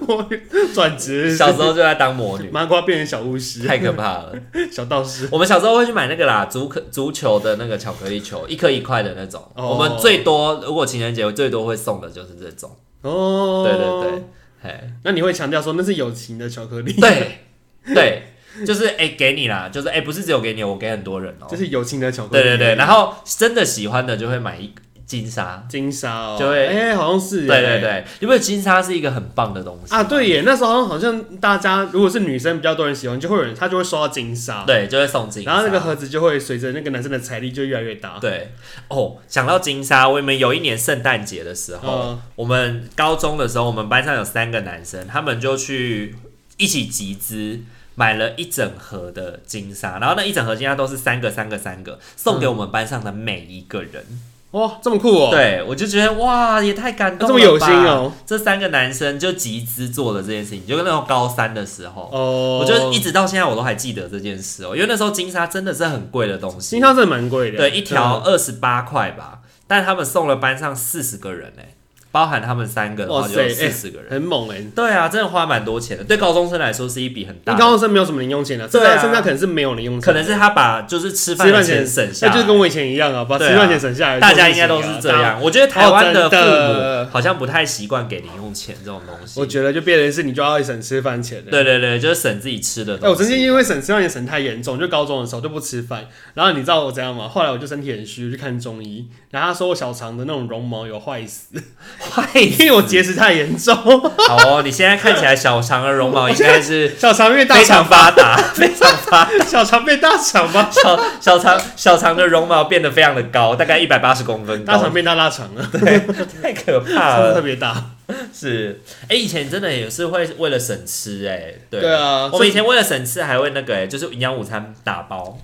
[SPEAKER 2] 魔女哦转职，
[SPEAKER 1] 小时候就在当魔女，
[SPEAKER 2] 麻瓜变成小巫师、
[SPEAKER 1] 太可怕了。
[SPEAKER 2] 小道士。
[SPEAKER 1] 我们小时候会去买那个啦，足可足球的那个巧克力球，一颗一块的那种。
[SPEAKER 2] 哦
[SPEAKER 1] 我们最多如果情人节最多会送的就是这种。
[SPEAKER 2] 哦，
[SPEAKER 1] 对对对，
[SPEAKER 2] 那你会强调说那是友情的巧克力，，
[SPEAKER 1] 嘿，对对，就是哎、给你啦，就是哎、不是只有给你，我给很多人 哦、
[SPEAKER 2] 就是友情的巧克
[SPEAKER 1] 对
[SPEAKER 2] 力。
[SPEAKER 1] 对对，然
[SPEAKER 2] 后
[SPEAKER 1] 后真的喜欢的就会买一金沙。
[SPEAKER 2] 金沙哦，
[SPEAKER 1] 就会
[SPEAKER 2] 哎，好像是耶，
[SPEAKER 1] 对对对，因为金沙是一个很棒的东西
[SPEAKER 2] 啊，对耶，那时候好像大家如果是女生比较多人喜欢，就会有人他就会收到金沙，
[SPEAKER 1] 对，就会送金沙。
[SPEAKER 2] 然后那个盒子就会随着那个男生的财力就越来越大。
[SPEAKER 1] 对哦，想到金沙，我们有一年圣诞节的时候，
[SPEAKER 2] 嗯
[SPEAKER 1] 我们高中的时候，我们班上有三个男生，他们就去一起集资。买了一整盒的金沙，然后那一整盒金沙都是三个、三个、三个，送
[SPEAKER 2] 嗯
[SPEAKER 1] 给我们班上的每一个人。
[SPEAKER 2] 哇，这么酷哦！
[SPEAKER 1] 对我就觉得哇，也太感动
[SPEAKER 2] 这
[SPEAKER 1] 了吧，
[SPEAKER 2] 么有心哦！
[SPEAKER 1] 这三个男生就集资做的这件事情，就跟那种高三的时候，
[SPEAKER 2] 哦，
[SPEAKER 1] 我就一直到现在我都还记得这件事哦，因为那时候金沙真的是很贵的东西，
[SPEAKER 2] 金沙真的蛮贵的，
[SPEAKER 1] 对，一条二十八块吧，但他们送了班上四十个人呢、欸包含他们三个的话
[SPEAKER 2] 哇
[SPEAKER 1] 就
[SPEAKER 2] 塞
[SPEAKER 1] 有四十个人。
[SPEAKER 2] 很猛哎。
[SPEAKER 1] 对啊，真的花蛮多钱的，对高中生来说是一笔很
[SPEAKER 2] 你
[SPEAKER 1] 大的
[SPEAKER 2] 高中生没有什么零用钱的，
[SPEAKER 1] 对啊
[SPEAKER 2] 甚至他可能是没有零用钱，
[SPEAKER 1] 可能是他把就是吃饭
[SPEAKER 2] 吃
[SPEAKER 1] 的
[SPEAKER 2] 饭
[SPEAKER 1] 钱
[SPEAKER 2] 钱
[SPEAKER 1] 省下
[SPEAKER 2] 那
[SPEAKER 1] 来，
[SPEAKER 2] 就是跟我以前一样啊，把
[SPEAKER 1] 对啊
[SPEAKER 2] 吃饭钱省下来。
[SPEAKER 1] 大家应该都是这
[SPEAKER 2] 大家
[SPEAKER 1] 样。我觉得台湾的父
[SPEAKER 2] 哦真的
[SPEAKER 1] 母好像不太习惯给零用钱这种东西。
[SPEAKER 2] 我觉得就变成是你就要省吃饭钱了。
[SPEAKER 1] 对对对，就是省自己吃的
[SPEAKER 2] 哎、我
[SPEAKER 1] 东
[SPEAKER 2] 曾经
[SPEAKER 1] 西。
[SPEAKER 2] 因为省吃饭也省太严重，就高中的时候就不吃饭，然后你知道我怎样吗？后来我就身体很虚，去看中医，然后他说我小肠的那种绒毛有坏死，
[SPEAKER 1] 坏
[SPEAKER 2] 因为我节食太严重，
[SPEAKER 1] 好哦，你现在看起来小肠的绒毛应该是
[SPEAKER 2] 小肠变大
[SPEAKER 1] 非常
[SPEAKER 2] 肠，
[SPEAKER 1] 发 达，非常发
[SPEAKER 2] 小肠变大肠吧，
[SPEAKER 1] 小小肠小肠的绒毛变得非常的高，大概一百八十公分
[SPEAKER 2] 大
[SPEAKER 1] 高
[SPEAKER 2] 肠，变大大肠了，
[SPEAKER 1] 太可怕
[SPEAKER 2] 肠 子特
[SPEAKER 1] 了。
[SPEAKER 2] 别大。
[SPEAKER 1] 是，哎、以前真的也是会为了省吃、哎，对。
[SPEAKER 2] 对啊，
[SPEAKER 1] 我们以前为了省吃还会那个哎、就是营养午餐打包，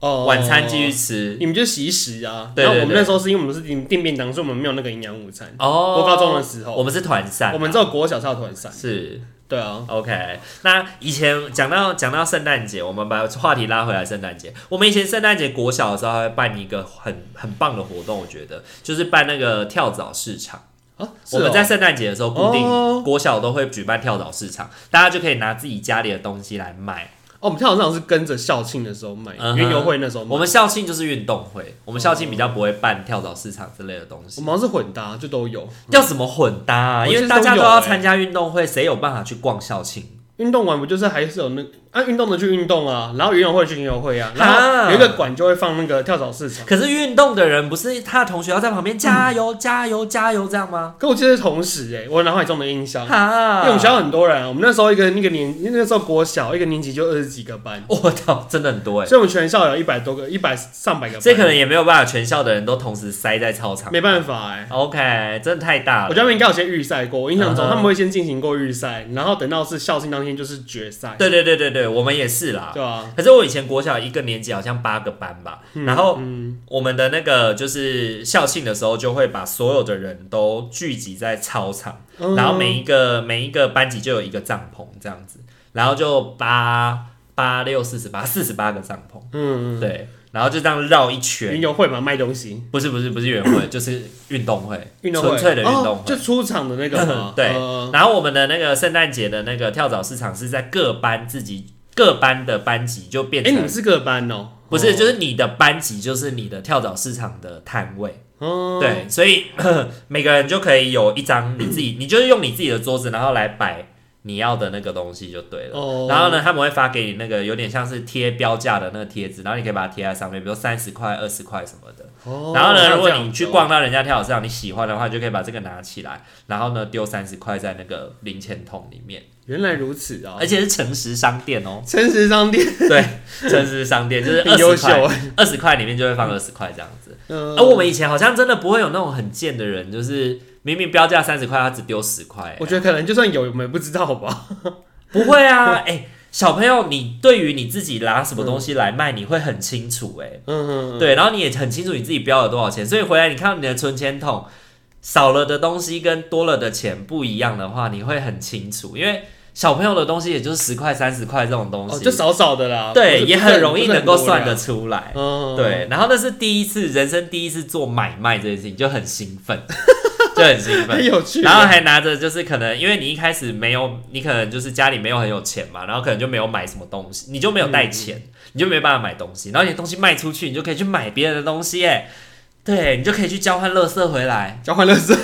[SPEAKER 2] 哦
[SPEAKER 1] 晚餐继续吃。
[SPEAKER 2] 你们就习食啊。
[SPEAKER 1] 对
[SPEAKER 2] 然后我
[SPEAKER 1] 对
[SPEAKER 2] 们
[SPEAKER 1] 对
[SPEAKER 2] 那时候是因为我们是订订便当，所以我们没有那个营养午餐。
[SPEAKER 1] 哦，
[SPEAKER 2] 我高中的时候
[SPEAKER 1] 我们是团膳啊、
[SPEAKER 2] 我们只有国小才有团膳。
[SPEAKER 1] 是
[SPEAKER 2] 对啊，
[SPEAKER 1] OK。那以前讲到讲到圣诞节，我们把话题拉回来，圣诞节。我们以前圣诞节国小的时候还会办一个很很棒的活动，我觉得就是办那个跳蚤市场。
[SPEAKER 2] 啊，是
[SPEAKER 1] 我们
[SPEAKER 2] 哦
[SPEAKER 1] 在圣诞节的时候固定
[SPEAKER 2] 哦
[SPEAKER 1] 国小都会举办跳蚤市场，大家就可以拿自己家里的东西来卖。
[SPEAKER 2] 哦，我们跳蚤市场是跟着校庆的时候买，
[SPEAKER 1] 嗯哼
[SPEAKER 2] 园游会那时候买。
[SPEAKER 1] 我们校庆就是运动会，我们校庆比较不会办跳蚤市场之类的东
[SPEAKER 2] 我
[SPEAKER 1] 西。
[SPEAKER 2] 们好像是混搭，就都有。
[SPEAKER 1] 要怎么混搭啊？
[SPEAKER 2] 哦
[SPEAKER 1] 因
[SPEAKER 2] 我觉
[SPEAKER 1] 为
[SPEAKER 2] 得
[SPEAKER 1] 大家
[SPEAKER 2] 都
[SPEAKER 1] 都
[SPEAKER 2] 有
[SPEAKER 1] 要
[SPEAKER 2] 欸
[SPEAKER 1] 参加运动会，谁有办法去逛校庆？
[SPEAKER 2] 运动完不就是还是有那按运动的去运动啊，然后游泳会去游泳会啊，然
[SPEAKER 1] 啊
[SPEAKER 2] 后有一个馆就会放那个跳蚤市场。
[SPEAKER 1] 可是运动的人不是他的同学要在旁边加油、加油加油这样吗？
[SPEAKER 2] 可我记得是同时哎、我脑海中的印象，因
[SPEAKER 1] 哈，
[SPEAKER 2] 为我们学校很多人、啊，我们那时候一个那个年，那时候国小一个年级就二十几个班，
[SPEAKER 1] 我操，真的很多哎，
[SPEAKER 2] 所以我们全校有一百多个，一百上百个班。
[SPEAKER 1] 这可能也没有办法全校的人都同时塞在操场。
[SPEAKER 2] 没办法哎、
[SPEAKER 1] OK，真的太大了。
[SPEAKER 2] 我觉得他们应该有先预赛过，我印象中
[SPEAKER 1] 嗯哼
[SPEAKER 2] 他们会先进行过预赛，然后等到是校庆当天就是决赛。
[SPEAKER 1] 对对对对对，我们也是啦。
[SPEAKER 2] 对啊，
[SPEAKER 1] 可是我以前国小一个年级好像八个班吧，然后
[SPEAKER 2] 嗯，
[SPEAKER 1] 我们的那个就是校庆的时候，就会把所有的人都聚集在操场，
[SPEAKER 2] 嗯
[SPEAKER 1] 然后每一个每一个班级就有一个帐篷这样子，然后就八八六四十八四十八个帐篷，
[SPEAKER 2] 嗯，
[SPEAKER 1] 对，然后就这样绕一
[SPEAKER 2] 园
[SPEAKER 1] 圈。
[SPEAKER 2] 游会嘛，卖东西，
[SPEAKER 1] 不是不是不是园 会，就是运动会，
[SPEAKER 2] 运动会，
[SPEAKER 1] 纯粹的运动
[SPEAKER 2] 哦
[SPEAKER 1] 会，，
[SPEAKER 2] 就出场的那个嘛
[SPEAKER 1] 对
[SPEAKER 2] 呃
[SPEAKER 1] 然后我们的那个圣诞节的那个跳蚤市场是在各班自己各班的班级就变
[SPEAKER 2] 哎，你
[SPEAKER 1] 成
[SPEAKER 2] 们，是各班哦，，
[SPEAKER 1] 不是就是是你的班级就是你的跳蚤市场的摊位，
[SPEAKER 2] 哦，
[SPEAKER 1] 对，所以 每个人就可以有一张你自己，你就是用你自己的桌子，然后来摆你要的那个东西就对了。
[SPEAKER 2] 哦，
[SPEAKER 1] 然后呢，他们会发给你那个有点像是贴标价的那个贴纸，然后你可以把它贴在上面，比如三十块、二十块什么的。
[SPEAKER 2] 哦，
[SPEAKER 1] 然后
[SPEAKER 2] 还
[SPEAKER 1] 呢，
[SPEAKER 2] 有
[SPEAKER 1] 如果
[SPEAKER 2] 这样
[SPEAKER 1] 你
[SPEAKER 2] 子
[SPEAKER 1] 去
[SPEAKER 2] 哦
[SPEAKER 1] 逛到人家跳蚤市场，你喜欢的话，就可以把这个拿起来，然后呢丢三十块在那个零钱桶里面，
[SPEAKER 2] 原来如此啊！，
[SPEAKER 1] 而且是诚实商店哦
[SPEAKER 2] 诚实商店
[SPEAKER 1] 对，诚实商店就是
[SPEAKER 2] 很
[SPEAKER 1] 二
[SPEAKER 2] 优
[SPEAKER 1] 十
[SPEAKER 2] 秀
[SPEAKER 1] 块，，二十块里面就会放二十块这样子。
[SPEAKER 2] 嗯
[SPEAKER 1] 而我们以前好像真的不会有那种很贱的人，就是明明标价三十块，他只丢十块，欸
[SPEAKER 2] 我觉得可能就算有，我们也不知道吧。
[SPEAKER 1] 不会啊，哎、小朋友，你对于你自己拿什么东西来卖，你会很清楚哎、
[SPEAKER 2] 嗯，
[SPEAKER 1] 对，然后你也很清楚你自己标了多少钱，所以回来你看到你的存钱筒少了的东西跟多了的钱不一样的话，你会很清楚，因为小朋友的东西也就是十块、三十块这种东西，
[SPEAKER 2] 哦，就少少的啦，
[SPEAKER 1] 对，
[SPEAKER 2] 不是
[SPEAKER 1] 也很容易能够算。得
[SPEAKER 2] 不是
[SPEAKER 1] 出来。
[SPEAKER 2] 不是很多啦嗯，
[SPEAKER 1] 对，然后那是第一次，人生第一次做买卖这件事情，就很兴 奋，就很兴奋
[SPEAKER 2] 很。有趣。啊
[SPEAKER 1] 然后还拿着，就是可能因为你一开始没有，你可能就是家里没有很有钱嘛，然后可能就没有买什么东西，你就没有带钱，
[SPEAKER 2] 嗯
[SPEAKER 1] 你就没办法买东西，然后你的东西卖出去，你就可以去买别人的东西，哎，对你就可以去交换垃圾回 来，
[SPEAKER 2] 交换乐色，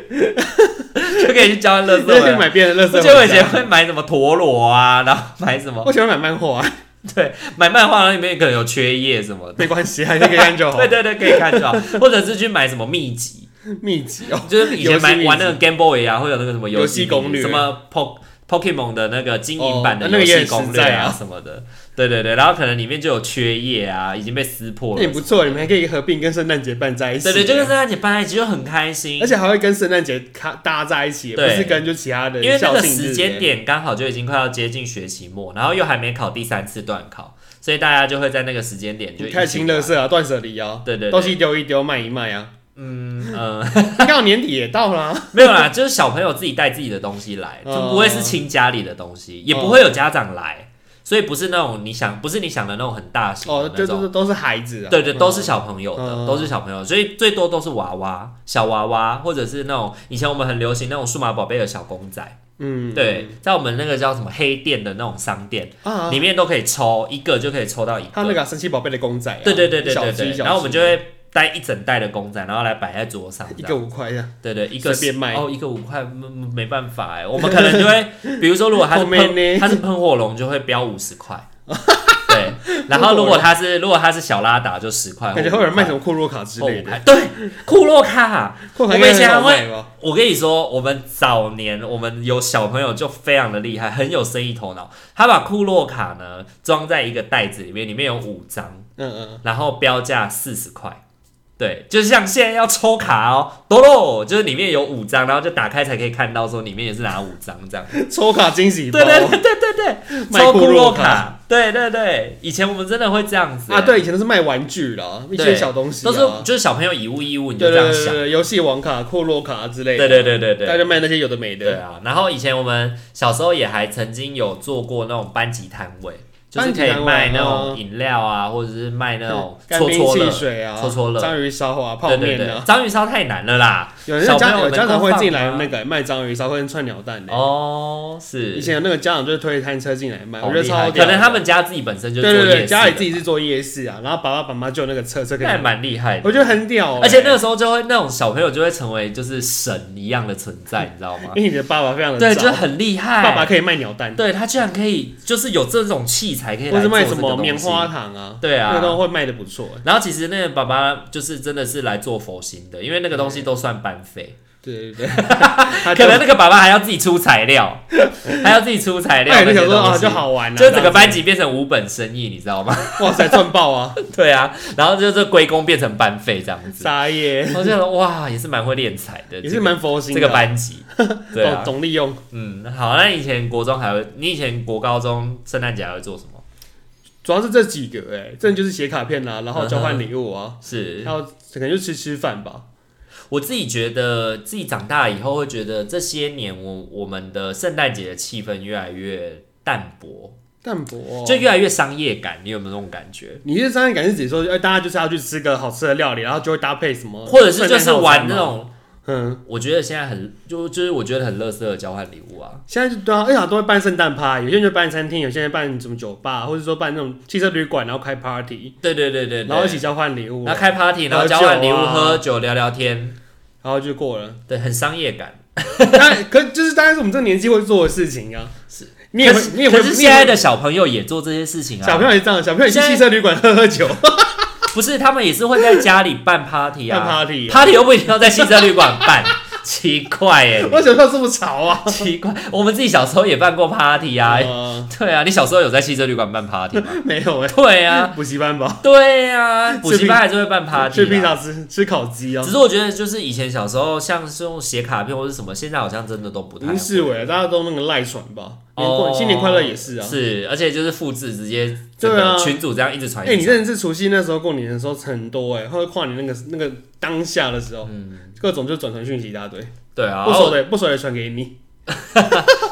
[SPEAKER 1] 就可以去交换垃圾
[SPEAKER 2] 那
[SPEAKER 1] 回
[SPEAKER 2] 去
[SPEAKER 1] 来。
[SPEAKER 2] 买别人的乐色。
[SPEAKER 1] 就我以前会买什么陀螺啊，然后买什么
[SPEAKER 2] 我喜欢买漫画啊，
[SPEAKER 1] 对，买漫画然后里面可能有缺页什么的，
[SPEAKER 2] 没关系，还是可以看就好
[SPEAKER 1] 对。对对，可以看就好，或者是去买什么秘籍，
[SPEAKER 2] 秘籍哦，
[SPEAKER 1] 就是以前
[SPEAKER 2] 游戏秘
[SPEAKER 1] 买
[SPEAKER 2] 籍
[SPEAKER 1] 玩那个 Game Boy 啊，会有那个什么
[SPEAKER 2] 游戏
[SPEAKER 1] 戏
[SPEAKER 2] 攻略
[SPEAKER 1] 什么 Po Pokemon 的那个经营版的
[SPEAKER 2] 哦那个
[SPEAKER 1] 游
[SPEAKER 2] 也
[SPEAKER 1] 戏
[SPEAKER 2] 很
[SPEAKER 1] 攻
[SPEAKER 2] 实
[SPEAKER 1] 略
[SPEAKER 2] 在
[SPEAKER 1] 啊
[SPEAKER 2] 啊
[SPEAKER 1] 什么的，对对对，然后可能里面就有缺页啊，已经被撕破
[SPEAKER 2] 那也
[SPEAKER 1] 了。
[SPEAKER 2] 不错，你们还可以合并跟圣诞节办在一起。
[SPEAKER 1] 对对，就跟圣诞节搬在一起就很开心，
[SPEAKER 2] 而且还会跟圣诞节搭搭在一起，不
[SPEAKER 1] 对
[SPEAKER 2] 是跟就其他的
[SPEAKER 1] 因为那
[SPEAKER 2] 校
[SPEAKER 1] 个
[SPEAKER 2] 庆日
[SPEAKER 1] 时间点刚好就已经快要接近学期末，然后又还没考第三次段考，所以大家就会在那个时间点就一起
[SPEAKER 2] 开始清乐
[SPEAKER 1] 玩。
[SPEAKER 2] 色啊，断舍离啊，
[SPEAKER 1] 对对
[SPEAKER 2] 东
[SPEAKER 1] 对，
[SPEAKER 2] 西丢一丢，卖一卖啊。
[SPEAKER 1] 嗯呃，
[SPEAKER 2] 刚好年底也到啦，
[SPEAKER 1] 没有啦，就是小朋友自己带自己的东西来，就
[SPEAKER 2] 哦
[SPEAKER 1] 不会是亲家里的东西，也不会有家长来，所以不是那种你想，不是你想的那种很大型
[SPEAKER 2] 哦，
[SPEAKER 1] 的那
[SPEAKER 2] 对对
[SPEAKER 1] 种。
[SPEAKER 2] 对，都是孩子啊，
[SPEAKER 1] 对对，
[SPEAKER 2] 嗯
[SPEAKER 1] 都是小朋友
[SPEAKER 2] 嗯
[SPEAKER 1] 的，都是小朋友，所以最多都是娃娃、小娃娃，或者是那种以前我们很流行那种数码宝贝的小公仔。
[SPEAKER 2] 嗯，
[SPEAKER 1] 对，在我们那个叫什么黑店的那种商店
[SPEAKER 2] 啊，
[SPEAKER 1] 里面都可以抽，一个就可以抽到一
[SPEAKER 2] 他那
[SPEAKER 1] 个。
[SPEAKER 2] 个神奇宝贝的公仔啊，
[SPEAKER 1] 对对对对
[SPEAKER 2] 小
[SPEAKER 1] 对
[SPEAKER 2] 只
[SPEAKER 1] 对，
[SPEAKER 2] 小只
[SPEAKER 1] 然后我们就会带一整袋的公仔，然后来摆在桌上。这
[SPEAKER 2] 一
[SPEAKER 1] 样。
[SPEAKER 2] 个五块这样，
[SPEAKER 1] 对对，一个
[SPEAKER 2] 随便卖
[SPEAKER 1] 哦，一个五块，没没办法哎，我们可能就会， 比如说如果它是
[SPEAKER 2] 后面呢
[SPEAKER 1] 喷它是喷火龙，就会标五十块， 对，然后如果它是如果它是小拉达就十块，
[SPEAKER 2] 感觉会有人卖什么库洛卡之
[SPEAKER 1] 或
[SPEAKER 2] 类
[SPEAKER 1] 五
[SPEAKER 2] 的，
[SPEAKER 1] 块，对，库洛卡，
[SPEAKER 2] 库洛卡
[SPEAKER 1] 我
[SPEAKER 2] 应
[SPEAKER 1] 们以
[SPEAKER 2] 该
[SPEAKER 1] 前还
[SPEAKER 2] 很好
[SPEAKER 1] 会
[SPEAKER 2] 卖吧？
[SPEAKER 1] 我跟你说，我们早年我们有小朋友就非常的厉害，很有生意头脑，他把库洛卡呢装在一个袋子里面，里面有五张，
[SPEAKER 2] 嗯嗯，
[SPEAKER 1] 然后标价四十块。对，就像现在要抽卡哦，哆喽，就是里面有五张，然后就打开才可以看到说里面也是哪五张这样。
[SPEAKER 2] 抽卡惊喜包
[SPEAKER 1] 对对对对对对，
[SPEAKER 2] 哦卖
[SPEAKER 1] 抽
[SPEAKER 2] 库洛
[SPEAKER 1] 洛
[SPEAKER 2] 卡
[SPEAKER 1] 卡，对对对，以前我们真的会这样子
[SPEAKER 2] 啊，对，，以前都是卖玩具啦，一些
[SPEAKER 1] 对
[SPEAKER 2] 小东西啊，
[SPEAKER 1] 都是就是小朋友以物易物，你就这
[SPEAKER 2] 对对
[SPEAKER 1] 样
[SPEAKER 2] 对
[SPEAKER 1] 想。
[SPEAKER 2] 对，游戏王卡、库洛卡之类
[SPEAKER 1] 对
[SPEAKER 2] 的，
[SPEAKER 1] 对对对
[SPEAKER 2] 大
[SPEAKER 1] 对。
[SPEAKER 2] 家卖那些有的没
[SPEAKER 1] 对
[SPEAKER 2] 的，
[SPEAKER 1] 啊，然后以前我们小时候也还曾经有做过那种班级摊位，就是
[SPEAKER 2] 班级
[SPEAKER 1] 可以
[SPEAKER 2] 摊位
[SPEAKER 1] 卖那
[SPEAKER 2] 哦
[SPEAKER 1] 种饮料啊，或者是卖那种
[SPEAKER 2] 嗯干
[SPEAKER 1] 搓
[SPEAKER 2] 冰
[SPEAKER 1] 搓乐
[SPEAKER 2] 汽，水啊，
[SPEAKER 1] 哦搓搓乐
[SPEAKER 2] 章鱼烧啊，泡
[SPEAKER 1] 对对
[SPEAKER 2] 面
[SPEAKER 1] 对，
[SPEAKER 2] 啊，
[SPEAKER 1] 章鱼烧太难了啦。
[SPEAKER 2] 有人
[SPEAKER 1] 小朋
[SPEAKER 2] 家
[SPEAKER 1] 友
[SPEAKER 2] 有
[SPEAKER 1] 能
[SPEAKER 2] 家长
[SPEAKER 1] 够
[SPEAKER 2] 会
[SPEAKER 1] 放啊
[SPEAKER 2] 进来
[SPEAKER 1] 吗
[SPEAKER 2] 那个卖章鱼烧或者串鸟蛋的，
[SPEAKER 1] 哦，
[SPEAKER 2] 以
[SPEAKER 1] 是，
[SPEAKER 2] 前有那个家长就是推摊车进来卖，
[SPEAKER 1] 好
[SPEAKER 2] 我觉得
[SPEAKER 1] 厉
[SPEAKER 2] 超
[SPEAKER 1] 害
[SPEAKER 2] 屌的
[SPEAKER 1] 可能他们家自己本身就
[SPEAKER 2] 对
[SPEAKER 1] 做夜
[SPEAKER 2] 对
[SPEAKER 1] 市
[SPEAKER 2] 对，
[SPEAKER 1] 的，
[SPEAKER 2] 家里自己是做夜市啊，然后爸爸爸妈就有那个车车可以
[SPEAKER 1] 那还
[SPEAKER 2] 买，
[SPEAKER 1] 蛮厉害的。
[SPEAKER 2] 我觉得很屌欸，
[SPEAKER 1] 而且那个时候就会那种小朋友就会成为就是神一样的存在，你知道吗？
[SPEAKER 2] 因为你的爸爸非常的
[SPEAKER 1] 对，
[SPEAKER 2] 早
[SPEAKER 1] 就很厉害。
[SPEAKER 2] 嗯爸爸可以卖鸟蛋，
[SPEAKER 1] 对他居然可以就是有这种器材可以
[SPEAKER 2] 或
[SPEAKER 1] 来
[SPEAKER 2] 是
[SPEAKER 1] 做
[SPEAKER 2] 卖
[SPEAKER 1] 这
[SPEAKER 2] 什
[SPEAKER 1] 个
[SPEAKER 2] 么
[SPEAKER 1] 东西
[SPEAKER 2] 棉花，糖啊，
[SPEAKER 1] 对
[SPEAKER 2] 那个
[SPEAKER 1] 啊。
[SPEAKER 2] 都会卖的不错欸。嗯
[SPEAKER 1] 然后其实那个爸爸就是真的是来做佛心的，因为那个东西都算班费，
[SPEAKER 2] 对对对，啊
[SPEAKER 1] 可能那个爸爸还要自己出材料，还要自己出材料
[SPEAKER 2] 哎，
[SPEAKER 1] 那些
[SPEAKER 2] 就想说啊，
[SPEAKER 1] 东西
[SPEAKER 2] 就，好玩啊，
[SPEAKER 1] 就整个班
[SPEAKER 2] 级，
[SPEAKER 1] 级变成无本生意，你知道吗？
[SPEAKER 2] 哇塞，赚爆啊，
[SPEAKER 1] 对啊，然后就这归功变成班费这样子。
[SPEAKER 2] 撒野，
[SPEAKER 1] 我就想说，哇，也是蛮会敛财的，
[SPEAKER 2] 也
[SPEAKER 1] 这
[SPEAKER 2] 是
[SPEAKER 1] 个
[SPEAKER 2] 蛮佛心
[SPEAKER 1] 这
[SPEAKER 2] 的啊，
[SPEAKER 1] 个班级，对啊
[SPEAKER 2] 懂，懂利用，
[SPEAKER 1] 嗯，好，那以前国中还会，你以前国高中圣诞节还会做什么？
[SPEAKER 2] 主要是这几个哎，这就是写卡片啦，然后交换礼物啊，
[SPEAKER 1] 是
[SPEAKER 2] 然后可能就吃吃饭吧，
[SPEAKER 1] 我自己觉得，自己长大以后会觉得，这些年我我们的圣诞节的气氛越来越淡薄，
[SPEAKER 2] 淡薄哦
[SPEAKER 1] 就越来越商业感。你有没有那种感觉？
[SPEAKER 2] 你是商业感是指说，哎，大家就是要去吃个好吃的料理，然后就会搭配什么，
[SPEAKER 1] 或者是就是玩那，种，
[SPEAKER 2] 嗯，
[SPEAKER 1] 我觉得现在很就就是我觉得很乐色的交换礼物啊。
[SPEAKER 2] 现在就对啊，而且好像都会办圣诞趴，有些人就办餐厅，有些人办什么酒吧，或者说办那种汽车旅馆，然后开 party，
[SPEAKER 1] 对对对对对
[SPEAKER 2] 然后一起交换礼物，
[SPEAKER 1] 然后开 party，然后
[SPEAKER 2] 喝酒
[SPEAKER 1] 交
[SPEAKER 2] 啊
[SPEAKER 1] 换礼物、喝酒、聊聊天，
[SPEAKER 2] 然后就过了。
[SPEAKER 1] 对，很商业感。
[SPEAKER 2] 但可就是当然是我们这个年纪会做的事情啊，
[SPEAKER 1] 是
[SPEAKER 2] 你也
[SPEAKER 1] 可
[SPEAKER 2] 会
[SPEAKER 1] 是
[SPEAKER 2] 你也
[SPEAKER 1] 可
[SPEAKER 2] 会
[SPEAKER 1] 是
[SPEAKER 2] 你
[SPEAKER 1] 现
[SPEAKER 2] 也
[SPEAKER 1] 在
[SPEAKER 2] 会
[SPEAKER 1] 的小朋友也做这些事情啊。
[SPEAKER 2] 小朋友也这样，小朋友也去
[SPEAKER 1] 现在
[SPEAKER 2] 汽车旅馆喝喝酒、
[SPEAKER 1] 不是，他们也是会在家里办 party
[SPEAKER 2] 办
[SPEAKER 1] 啊
[SPEAKER 2] party 啊。
[SPEAKER 1] ，party 又不一定要在汽车旅馆办，奇怪耶、
[SPEAKER 2] 我小时候这么潮 啊，
[SPEAKER 1] 奇怪，我们自己小时候也办过 party 啊。
[SPEAKER 2] 呃
[SPEAKER 1] 对啊，你小时候有在汽车旅馆办 party 吗？
[SPEAKER 2] 没有哎、
[SPEAKER 1] 对啊，
[SPEAKER 2] 补习班吧，
[SPEAKER 1] 对啊，补习班还是会办 party
[SPEAKER 2] 去披
[SPEAKER 1] 啊。
[SPEAKER 2] 萨吃吃烤鸡啊
[SPEAKER 1] 只，是我觉得，就是以前小时候，像是用写卡片或者什么，现在好像真的都不
[SPEAKER 2] 已
[SPEAKER 1] 太会
[SPEAKER 2] 经视为了大家都那个赖床吧，年过、
[SPEAKER 1] 哦
[SPEAKER 2] 新年快乐也是啊。
[SPEAKER 1] 是，而且就是复制直接整
[SPEAKER 2] 对啊
[SPEAKER 1] 个群主这样一直传。
[SPEAKER 2] 哎、
[SPEAKER 1] 一直
[SPEAKER 2] 你
[SPEAKER 1] 传
[SPEAKER 2] 认识除夕那时候过年的时候很多哎、欸，或者跨年那个那个当下的时候，
[SPEAKER 1] 嗯
[SPEAKER 2] 各种就转传讯息一大堆，
[SPEAKER 1] 对啊，
[SPEAKER 2] 不熟的不熟的传给你，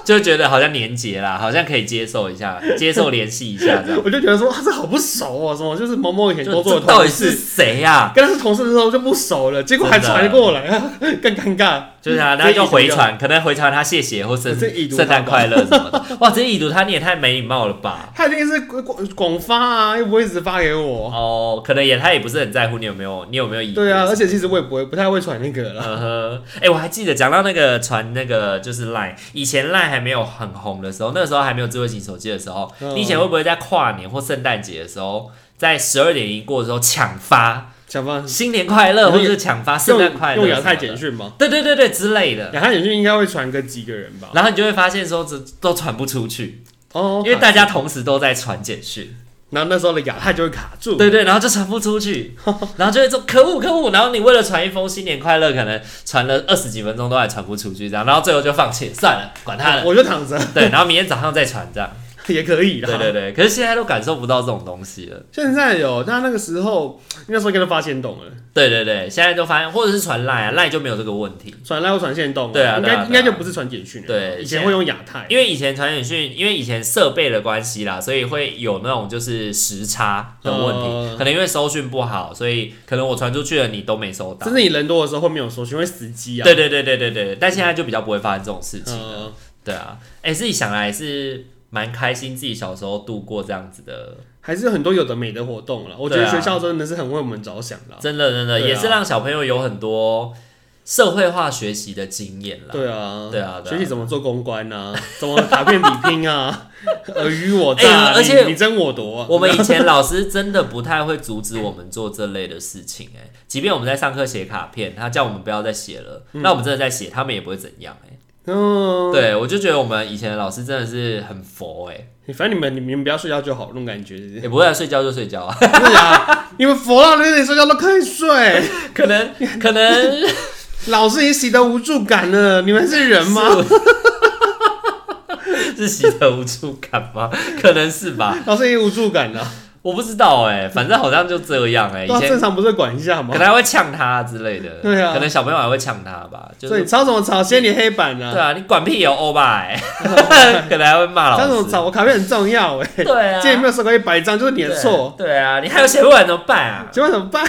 [SPEAKER 1] 就觉得好像连结啦，好像可以接受一下，接受联系一下 这样。
[SPEAKER 2] 我就觉得说哇，这好不熟哦、什么就是某某以前
[SPEAKER 1] 就
[SPEAKER 2] 工作
[SPEAKER 1] 这
[SPEAKER 2] 的
[SPEAKER 1] 到
[SPEAKER 2] 同
[SPEAKER 1] 底是
[SPEAKER 2] 事，
[SPEAKER 1] 谁呀、
[SPEAKER 2] 跟他是同事的时候就不熟了，结果还
[SPEAKER 1] 真的啊
[SPEAKER 2] 传过来， 更尴尬。
[SPEAKER 1] 就是啊，
[SPEAKER 2] 这
[SPEAKER 1] 那就
[SPEAKER 2] 已读
[SPEAKER 1] 回
[SPEAKER 2] 就
[SPEAKER 1] 传，可能回传他谢谢或圣
[SPEAKER 2] 这已读
[SPEAKER 1] 圣诞
[SPEAKER 2] 他吧
[SPEAKER 1] 快乐什么的。哇，这已读他你也太没礼貌了吧？
[SPEAKER 2] 他一定是广广发啊，又不会一直发给我。
[SPEAKER 1] 哦，可能也他也不是很在乎你有没有你有没有已读。
[SPEAKER 2] 对啊，而且其实我也不会不太会传那个啦。
[SPEAKER 1] 呵呵，哎、我还记得讲到那个传那个就是 Line，以前 Line 还没有很红的时候，那个时候还没有智慧型手机的时候，
[SPEAKER 2] 嗯
[SPEAKER 1] 你以前会不会在跨年或圣诞节的时候，在十二点一过的时候抢发
[SPEAKER 2] 想办法
[SPEAKER 1] 新年快乐，
[SPEAKER 2] 用
[SPEAKER 1] 或者是抢发圣诞快
[SPEAKER 2] 嗯用
[SPEAKER 1] 乐
[SPEAKER 2] 用亚太
[SPEAKER 1] 什么
[SPEAKER 2] 简
[SPEAKER 1] 的，
[SPEAKER 2] 讯吗？
[SPEAKER 1] 对对对对之类的，
[SPEAKER 2] 亚太简讯应该会传个几个人吧？
[SPEAKER 1] 然后你就会发现说这都传不出去，
[SPEAKER 2] 哦，
[SPEAKER 1] 因为大家同时都在传简 讯，
[SPEAKER 2] 然后那时候的亚太就会卡住。
[SPEAKER 1] 对对，然后就传不出 去，然后就会说可恶可恶，然后你为了传一封新年快乐，可能传了二十几分钟都还传不出去，这样，然后最后就放弃，算了，管他了，
[SPEAKER 2] 我就躺着
[SPEAKER 1] 对，然后明天早上再传这样，
[SPEAKER 2] 也可以啦。
[SPEAKER 1] 对对对，可是现在都感受不到这种东西了，
[SPEAKER 2] 现在有，但那个时候那时候应该都发现动了，
[SPEAKER 1] 对对对，现在就发现或者是传赖啊，赖就没有这个问题，
[SPEAKER 2] 传赖或传现动，
[SPEAKER 1] 对啊
[SPEAKER 2] 应
[SPEAKER 1] 对啊对
[SPEAKER 2] 该
[SPEAKER 1] 啊
[SPEAKER 2] 应该就不是传简讯了，
[SPEAKER 1] 对
[SPEAKER 2] 以前会用亚太，
[SPEAKER 1] 因为以前传简讯，因为以前设备的关系啦，所以会有那种就是时差的问题，
[SPEAKER 2] 哦
[SPEAKER 1] 可能因为收讯不好，所以可能我传出去了你都没收到
[SPEAKER 2] 真。是你人多的时候会没有收讯，会死机啊，
[SPEAKER 1] 对对对对对对，但现在就比较不会发生这种事情。
[SPEAKER 2] 嗯，
[SPEAKER 1] 对啊，哎、自己想来是蛮开心，自己小时候度过这样子的，
[SPEAKER 2] 还是有很多有的没的活动了，我觉得
[SPEAKER 1] 对啊
[SPEAKER 2] 学校真的是很为我们着想啦，
[SPEAKER 1] 真的真的、
[SPEAKER 2] 对啊
[SPEAKER 1] 也是让小朋友有很多社会化学习的经验啦。
[SPEAKER 2] 对啊，
[SPEAKER 1] 对啊对啊
[SPEAKER 2] 学习怎么做公关啊， 怎么卡片比拼啊， 尔虞我
[SPEAKER 1] 哎
[SPEAKER 2] 诈，
[SPEAKER 1] 而且
[SPEAKER 2] 你你争我夺啊，
[SPEAKER 1] 我们以前老师真的不太会阻止我们做这类的事情、哎，即便我们在上课写卡片，他叫我们不要再写了，那我们真的在写，他们也不会怎样、哎，
[SPEAKER 2] 嗯，
[SPEAKER 1] 对我就觉得我们以前的老师真的是很佛、欸
[SPEAKER 2] 反正你们你们不要睡觉就好，那种感觉是
[SPEAKER 1] 哎，也不会啊睡觉就睡觉啊，
[SPEAKER 2] 是啊，你们佛了，连你睡觉都可以睡。
[SPEAKER 1] 可能可能
[SPEAKER 2] 老师也洗得无助感了，你们是人吗？
[SPEAKER 1] 是习得无助感吗？可能是吧，
[SPEAKER 2] 老师也无助感了，
[SPEAKER 1] 我不知道哎、反正好像就这样哎、
[SPEAKER 2] 对
[SPEAKER 1] 以
[SPEAKER 2] 啊，
[SPEAKER 1] 前
[SPEAKER 2] 正常不是管一下吗
[SPEAKER 1] 可能？还会呛他之类的，
[SPEAKER 2] 对啊
[SPEAKER 1] 可能小朋友还会呛他吧，就
[SPEAKER 2] 所以
[SPEAKER 1] 是
[SPEAKER 2] 吵什么吵，掀你黑板
[SPEAKER 1] 对
[SPEAKER 2] 啊！
[SPEAKER 1] 啊，你管屁有欧巴哎、 可能还会骂
[SPEAKER 2] 吵什
[SPEAKER 1] 老
[SPEAKER 2] 么
[SPEAKER 1] 师，
[SPEAKER 2] 吵，我卡片很重要哎，
[SPEAKER 1] 对啊，
[SPEAKER 2] 今天没有收过一百张就是你的错，
[SPEAKER 1] 对啊，你还有写不完怎么办啊？
[SPEAKER 2] 结果怎么 办？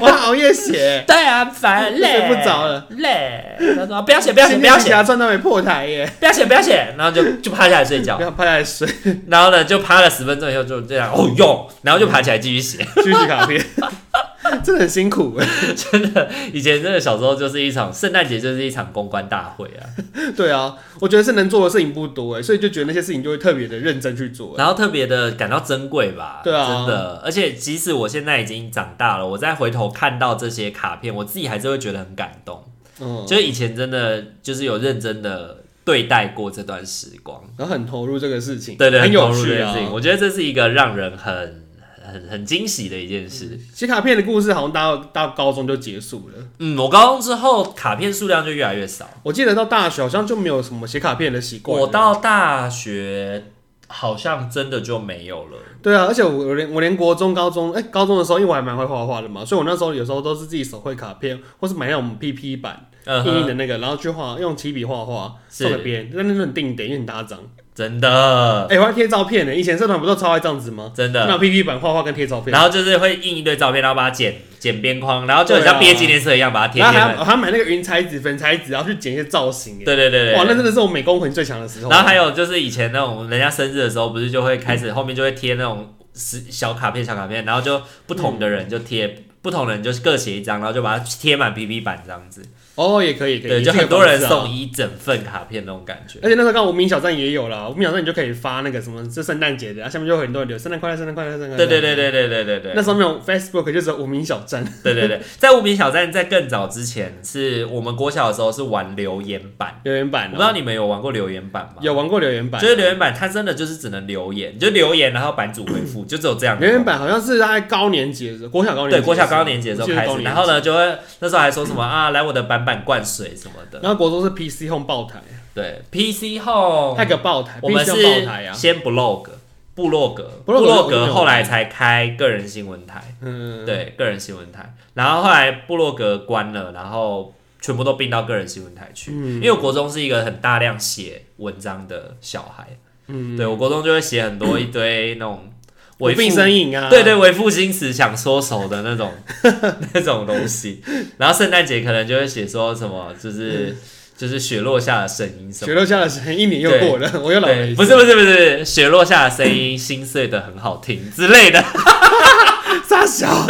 [SPEAKER 2] 我要熬夜写，
[SPEAKER 1] 对啊，烦累，
[SPEAKER 2] 睡不着了，
[SPEAKER 1] 累。他 说不要写，不要写，
[SPEAKER 2] 今
[SPEAKER 1] 不要
[SPEAKER 2] 天其
[SPEAKER 1] 写，
[SPEAKER 2] 他赚到没破台耶，
[SPEAKER 1] 不要写，不要写，然后就就趴下来睡觉
[SPEAKER 2] 不，要趴下来睡，
[SPEAKER 1] 然后呢就趴了十分钟以后就这样，哦哟，然后就爬起来继续 写。
[SPEAKER 2] 继续洗卡片，真的很辛苦哎。
[SPEAKER 1] 以前真的小时候就是一场圣诞节就是一场公关大会啊，
[SPEAKER 2] 对啊，我觉得是能做的事情不多哎，所以就觉得那些事情就会特别的认真去做哎。
[SPEAKER 1] 然后特别的感到珍贵吧，
[SPEAKER 2] 对啊
[SPEAKER 1] 真的。而且即使我现在已经长大了，我再回头看到这些卡片，我自己还是会觉得很感动。
[SPEAKER 2] 嗯，
[SPEAKER 1] 就是以前真的就是有认真的对待过这段时光，
[SPEAKER 2] 然后很投入这个事情，
[SPEAKER 1] 对对，
[SPEAKER 2] 很有
[SPEAKER 1] 投入这
[SPEAKER 2] 趣
[SPEAKER 1] 件
[SPEAKER 2] 啊
[SPEAKER 1] 事。情，我觉得这是一个让人很很很惊喜的一件事。
[SPEAKER 2] 写卡片的故事好像到到高中就结束了，
[SPEAKER 1] 嗯，我高中之后卡片数量就越来越少，
[SPEAKER 2] 我记得到大学好像就没有什么写卡片的习惯了。
[SPEAKER 1] 我到大学好像真的就没有了。
[SPEAKER 2] 对啊，而且我连我连国中、高中，哎、高中的时候，因为我还蛮会画画的嘛，所以我那时候有时候都是自己手绘卡片，或是买那种 PP 版
[SPEAKER 1] 嗯
[SPEAKER 2] 硬硬
[SPEAKER 1] 哼，
[SPEAKER 2] 的那个，然后去画，用起笔画画，
[SPEAKER 1] 是
[SPEAKER 2] 送给别人，但那是很定点，因为很大张。
[SPEAKER 1] 真的
[SPEAKER 2] 哎、我还贴照片呢，以前社团不都超爱这样子吗？
[SPEAKER 1] 真的。
[SPEAKER 2] 那 PP 版画画跟贴照片，
[SPEAKER 1] 然后就是会印一堆照片，然后把它剪剪边框，然后就很像
[SPEAKER 2] 对啊
[SPEAKER 1] 毕业纪念册一样把它贴
[SPEAKER 2] 然后
[SPEAKER 1] 贴
[SPEAKER 2] 还
[SPEAKER 1] 满。
[SPEAKER 2] 要还要买那个云彩纸、粉彩纸，然后去剪一些造型。哎
[SPEAKER 1] 对对对对，
[SPEAKER 2] 哇，那真的是我美工魂最强的时候。
[SPEAKER 1] 然后还有就是以前那种人家生日的时候，不是就会开始后面就会贴那种十小卡片、小卡片，然后就不同的人就贴。不同人就是各写一张，然后就把它贴满 PP 板这样子，
[SPEAKER 2] 哦，也可以，可以，
[SPEAKER 1] 对，就
[SPEAKER 2] 这个
[SPEAKER 1] 很多人
[SPEAKER 2] 方式啊
[SPEAKER 1] 送哎一整份卡片那种感觉。
[SPEAKER 2] 而且那时候刚好无名小站也有啦，无名小站你就可以发那个什么，就圣诞节的，啊然后下面就会很多人留圣诞快乐，圣诞快乐，圣诞快乐。
[SPEAKER 1] 对对对对对对对对
[SPEAKER 2] 那时候没有 Facebook，就只有无名小站。
[SPEAKER 1] 对对对，在无名小站在更早之前，是我们国小的时候是玩留言板，
[SPEAKER 2] 留言
[SPEAKER 1] 我
[SPEAKER 2] 板、
[SPEAKER 1] 不知
[SPEAKER 2] 哦，
[SPEAKER 1] 道你们有玩过留言板吗？
[SPEAKER 2] 有玩过留言板，
[SPEAKER 1] 就是留言板，它真的就是只能留言，你就留言，然后版主回复，就只有这样。
[SPEAKER 2] 留言板好像是大概高年级的时候，国小高年
[SPEAKER 1] 对
[SPEAKER 2] 级的
[SPEAKER 1] 国
[SPEAKER 2] 时候
[SPEAKER 1] 小高年级的时候开
[SPEAKER 2] 我记
[SPEAKER 1] 始，
[SPEAKER 2] 得
[SPEAKER 1] 然
[SPEAKER 2] 高
[SPEAKER 1] 后
[SPEAKER 2] 年级
[SPEAKER 1] 呢就会那时候还说什么啊，来我的板板灌水什么的。
[SPEAKER 2] 然后国中是 PC Home 爆台，
[SPEAKER 1] 对，PC 后
[SPEAKER 2] 那个爆台，
[SPEAKER 1] 哦我们
[SPEAKER 2] PC
[SPEAKER 1] 是
[SPEAKER 2] Home 爆台啊，
[SPEAKER 1] 先 blog 部落格，部
[SPEAKER 2] 部落格
[SPEAKER 1] 落
[SPEAKER 2] 我没
[SPEAKER 1] 格
[SPEAKER 2] 有
[SPEAKER 1] 后来才开个人新闻台，
[SPEAKER 2] 嗯，
[SPEAKER 1] 对，个人新闻台，然后后来部落格关了，然后全部都并到个人新闻台去，
[SPEAKER 2] 嗯
[SPEAKER 1] 因为我国中是一个很大量写文章的小孩，
[SPEAKER 2] 嗯，
[SPEAKER 1] 对我国中就会写很多一堆那种
[SPEAKER 2] 无
[SPEAKER 1] 为
[SPEAKER 2] 病呻吟啊，
[SPEAKER 1] 对对，为赋新词想说愁的那 种那种东西。然后圣诞节可能就会写说什么，就是就是雪落下的声音什
[SPEAKER 2] 嗯雪
[SPEAKER 1] 么。
[SPEAKER 2] 落下的声音，一年又过了，我又老了一
[SPEAKER 1] 对，
[SPEAKER 2] 岁
[SPEAKER 1] 不是不是不是，雪落下的声音，心碎的很好听之类的，
[SPEAKER 2] 傻小，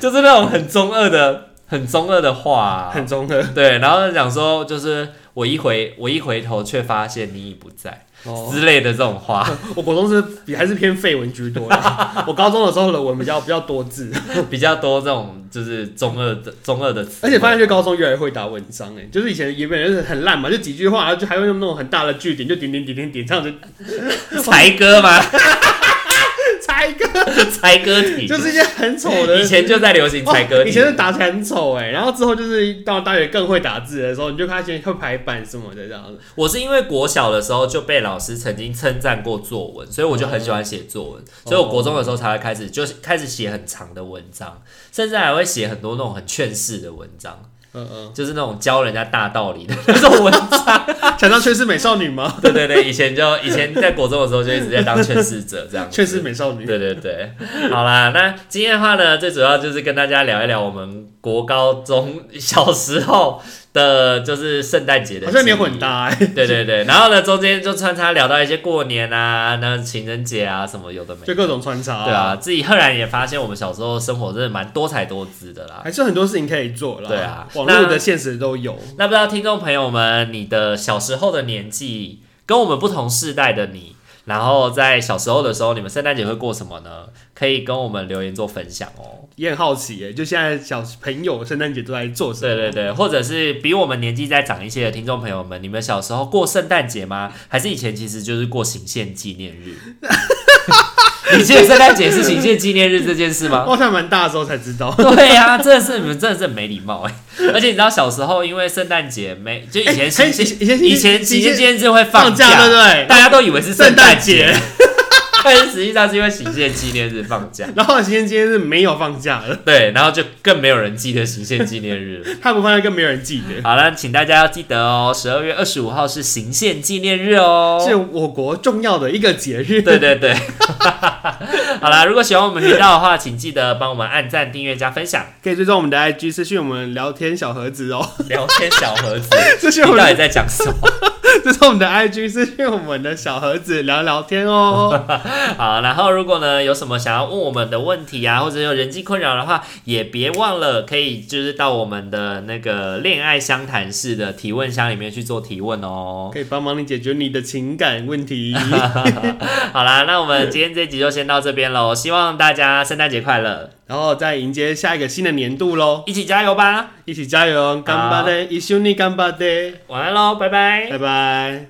[SPEAKER 1] 就是那种很中二的、很中二的话啊、
[SPEAKER 2] 很中二，
[SPEAKER 1] 对，然后讲说就是我一回我一回头，却发现你已不在
[SPEAKER 2] 哦，
[SPEAKER 1] 之类的这种话。
[SPEAKER 2] 我国中是比还是偏废文居多的，我高中的时候的文比较比较多字，
[SPEAKER 1] 比较多这种就是中二的中二的词，
[SPEAKER 2] 而且发现 就高中越来越会打文章哎、欸就是以前原本就是很烂嘛，就几句话，然后就还会用那种很大的句点，就点点点点点这样子
[SPEAKER 1] 才哥嘛，
[SPEAKER 2] 猜歌，
[SPEAKER 1] 才哥体
[SPEAKER 2] 就是一些很丑的。
[SPEAKER 1] 以前就在流行
[SPEAKER 2] 哦
[SPEAKER 1] 才歌体，
[SPEAKER 2] 以前是打起来很丑哎、欸然后之后就是到大学更会打字的时候，你就发现会排版什么的这样子。
[SPEAKER 1] 我是因为国小的时候就被老师曾经称赞过作文，所以我就很喜欢写作文，所以我国中的时候才会开始就是开始写很长的文章，甚至还会写很多那种很劝世的文章，
[SPEAKER 2] 嗯嗯，
[SPEAKER 1] 就是那种教人家大道理的那种 文章。
[SPEAKER 2] 啊想当却是美少女吗？
[SPEAKER 1] 对对对，以前就以前在国中的时候就一直在当劝世者这 样子，
[SPEAKER 2] 却是美少女。
[SPEAKER 1] 对对对，好啦，那今天的话呢，最主要就是跟大家聊一聊我们国高中小时候的，就是圣诞节的，
[SPEAKER 2] 好像没有混。搭哎、
[SPEAKER 1] 对对对，然后呢，中间就穿插聊到一些过年啊，那情人节啊什么有的没的。
[SPEAKER 2] 就各种穿插、
[SPEAKER 1] 对啊，，自己赫然也发现我们小时候生活真的蛮多彩多姿的啦。
[SPEAKER 2] 还是有很多事情可以做啦。
[SPEAKER 1] 对啊
[SPEAKER 2] 网络
[SPEAKER 1] 那
[SPEAKER 2] 的现实都有。
[SPEAKER 1] 那不知道听众朋友们，你的小时候的年纪，跟我们不同世代的你，然后在小时候的时候，你们圣诞节会过什么呢？可以跟我们留言做分享哦。
[SPEAKER 2] 也很好奇哎、就现在小朋友圣诞节都在做什么？
[SPEAKER 1] 对对对，或者是比我们年纪再长一些的听众朋友们，你们小时候过圣诞节吗？还是以前其实就是过行宪纪念 日？你记得圣诞节是行宪纪念日这件事吗？
[SPEAKER 2] 我像蛮哦大的时候才知道。
[SPEAKER 1] 对呀、真的是你们真的是很没礼貌哎、而且你知道小时候因为圣诞节没就以前
[SPEAKER 2] 哎
[SPEAKER 1] 行
[SPEAKER 2] 哎
[SPEAKER 1] 宪、
[SPEAKER 2] 以前
[SPEAKER 1] 以前行宪纪念日会放
[SPEAKER 2] 假对不对？
[SPEAKER 1] 大家都以为是圣诞节
[SPEAKER 2] 圣，
[SPEAKER 1] 但是实际上是因为行宪纪念日放假。
[SPEAKER 2] 然后今天今天是没有放假了，
[SPEAKER 1] 对，然后就更没有人记得行宪纪念日了。
[SPEAKER 2] 他不放假更没有人记 得，
[SPEAKER 1] 好了，请大家要记得哦，十二月二十五号是行宪纪念日哦。
[SPEAKER 2] 是我国重要的一个节日。
[SPEAKER 1] 对对 对。好啦，如果喜欢我们频道的话，请记得帮我们按赞、订阅、加分享。
[SPEAKER 2] 可以追踪我们的 IG，私讯我们聊天小盒子 哦，
[SPEAKER 1] 聊天小盒 子，
[SPEAKER 2] 私
[SPEAKER 1] 你
[SPEAKER 2] 讯我
[SPEAKER 1] 到底
[SPEAKER 2] 们，
[SPEAKER 1] 在讲什 么？
[SPEAKER 2] 这是我们的 IG，私讯我们的小盒子聊聊天 哦。
[SPEAKER 1] 好，然后如果呢有什么想要问我们的问题啊，或者有人际困扰的话，也别忘了可以就是到我们的那个恋爱相谈室的提问箱里面去做提问哦。
[SPEAKER 2] 可以帮忙你解决你的情感问 题，
[SPEAKER 1] 好啦，那我们今天这集就先到这边喽，希望大家圣诞节快乐。
[SPEAKER 2] 然后再迎接下一个新的年度喽，
[SPEAKER 1] 一起加油吧！
[SPEAKER 2] 一起加油，干巴的，一兄弟干巴的，
[SPEAKER 1] 晚安喽，拜拜
[SPEAKER 2] 拜。拜。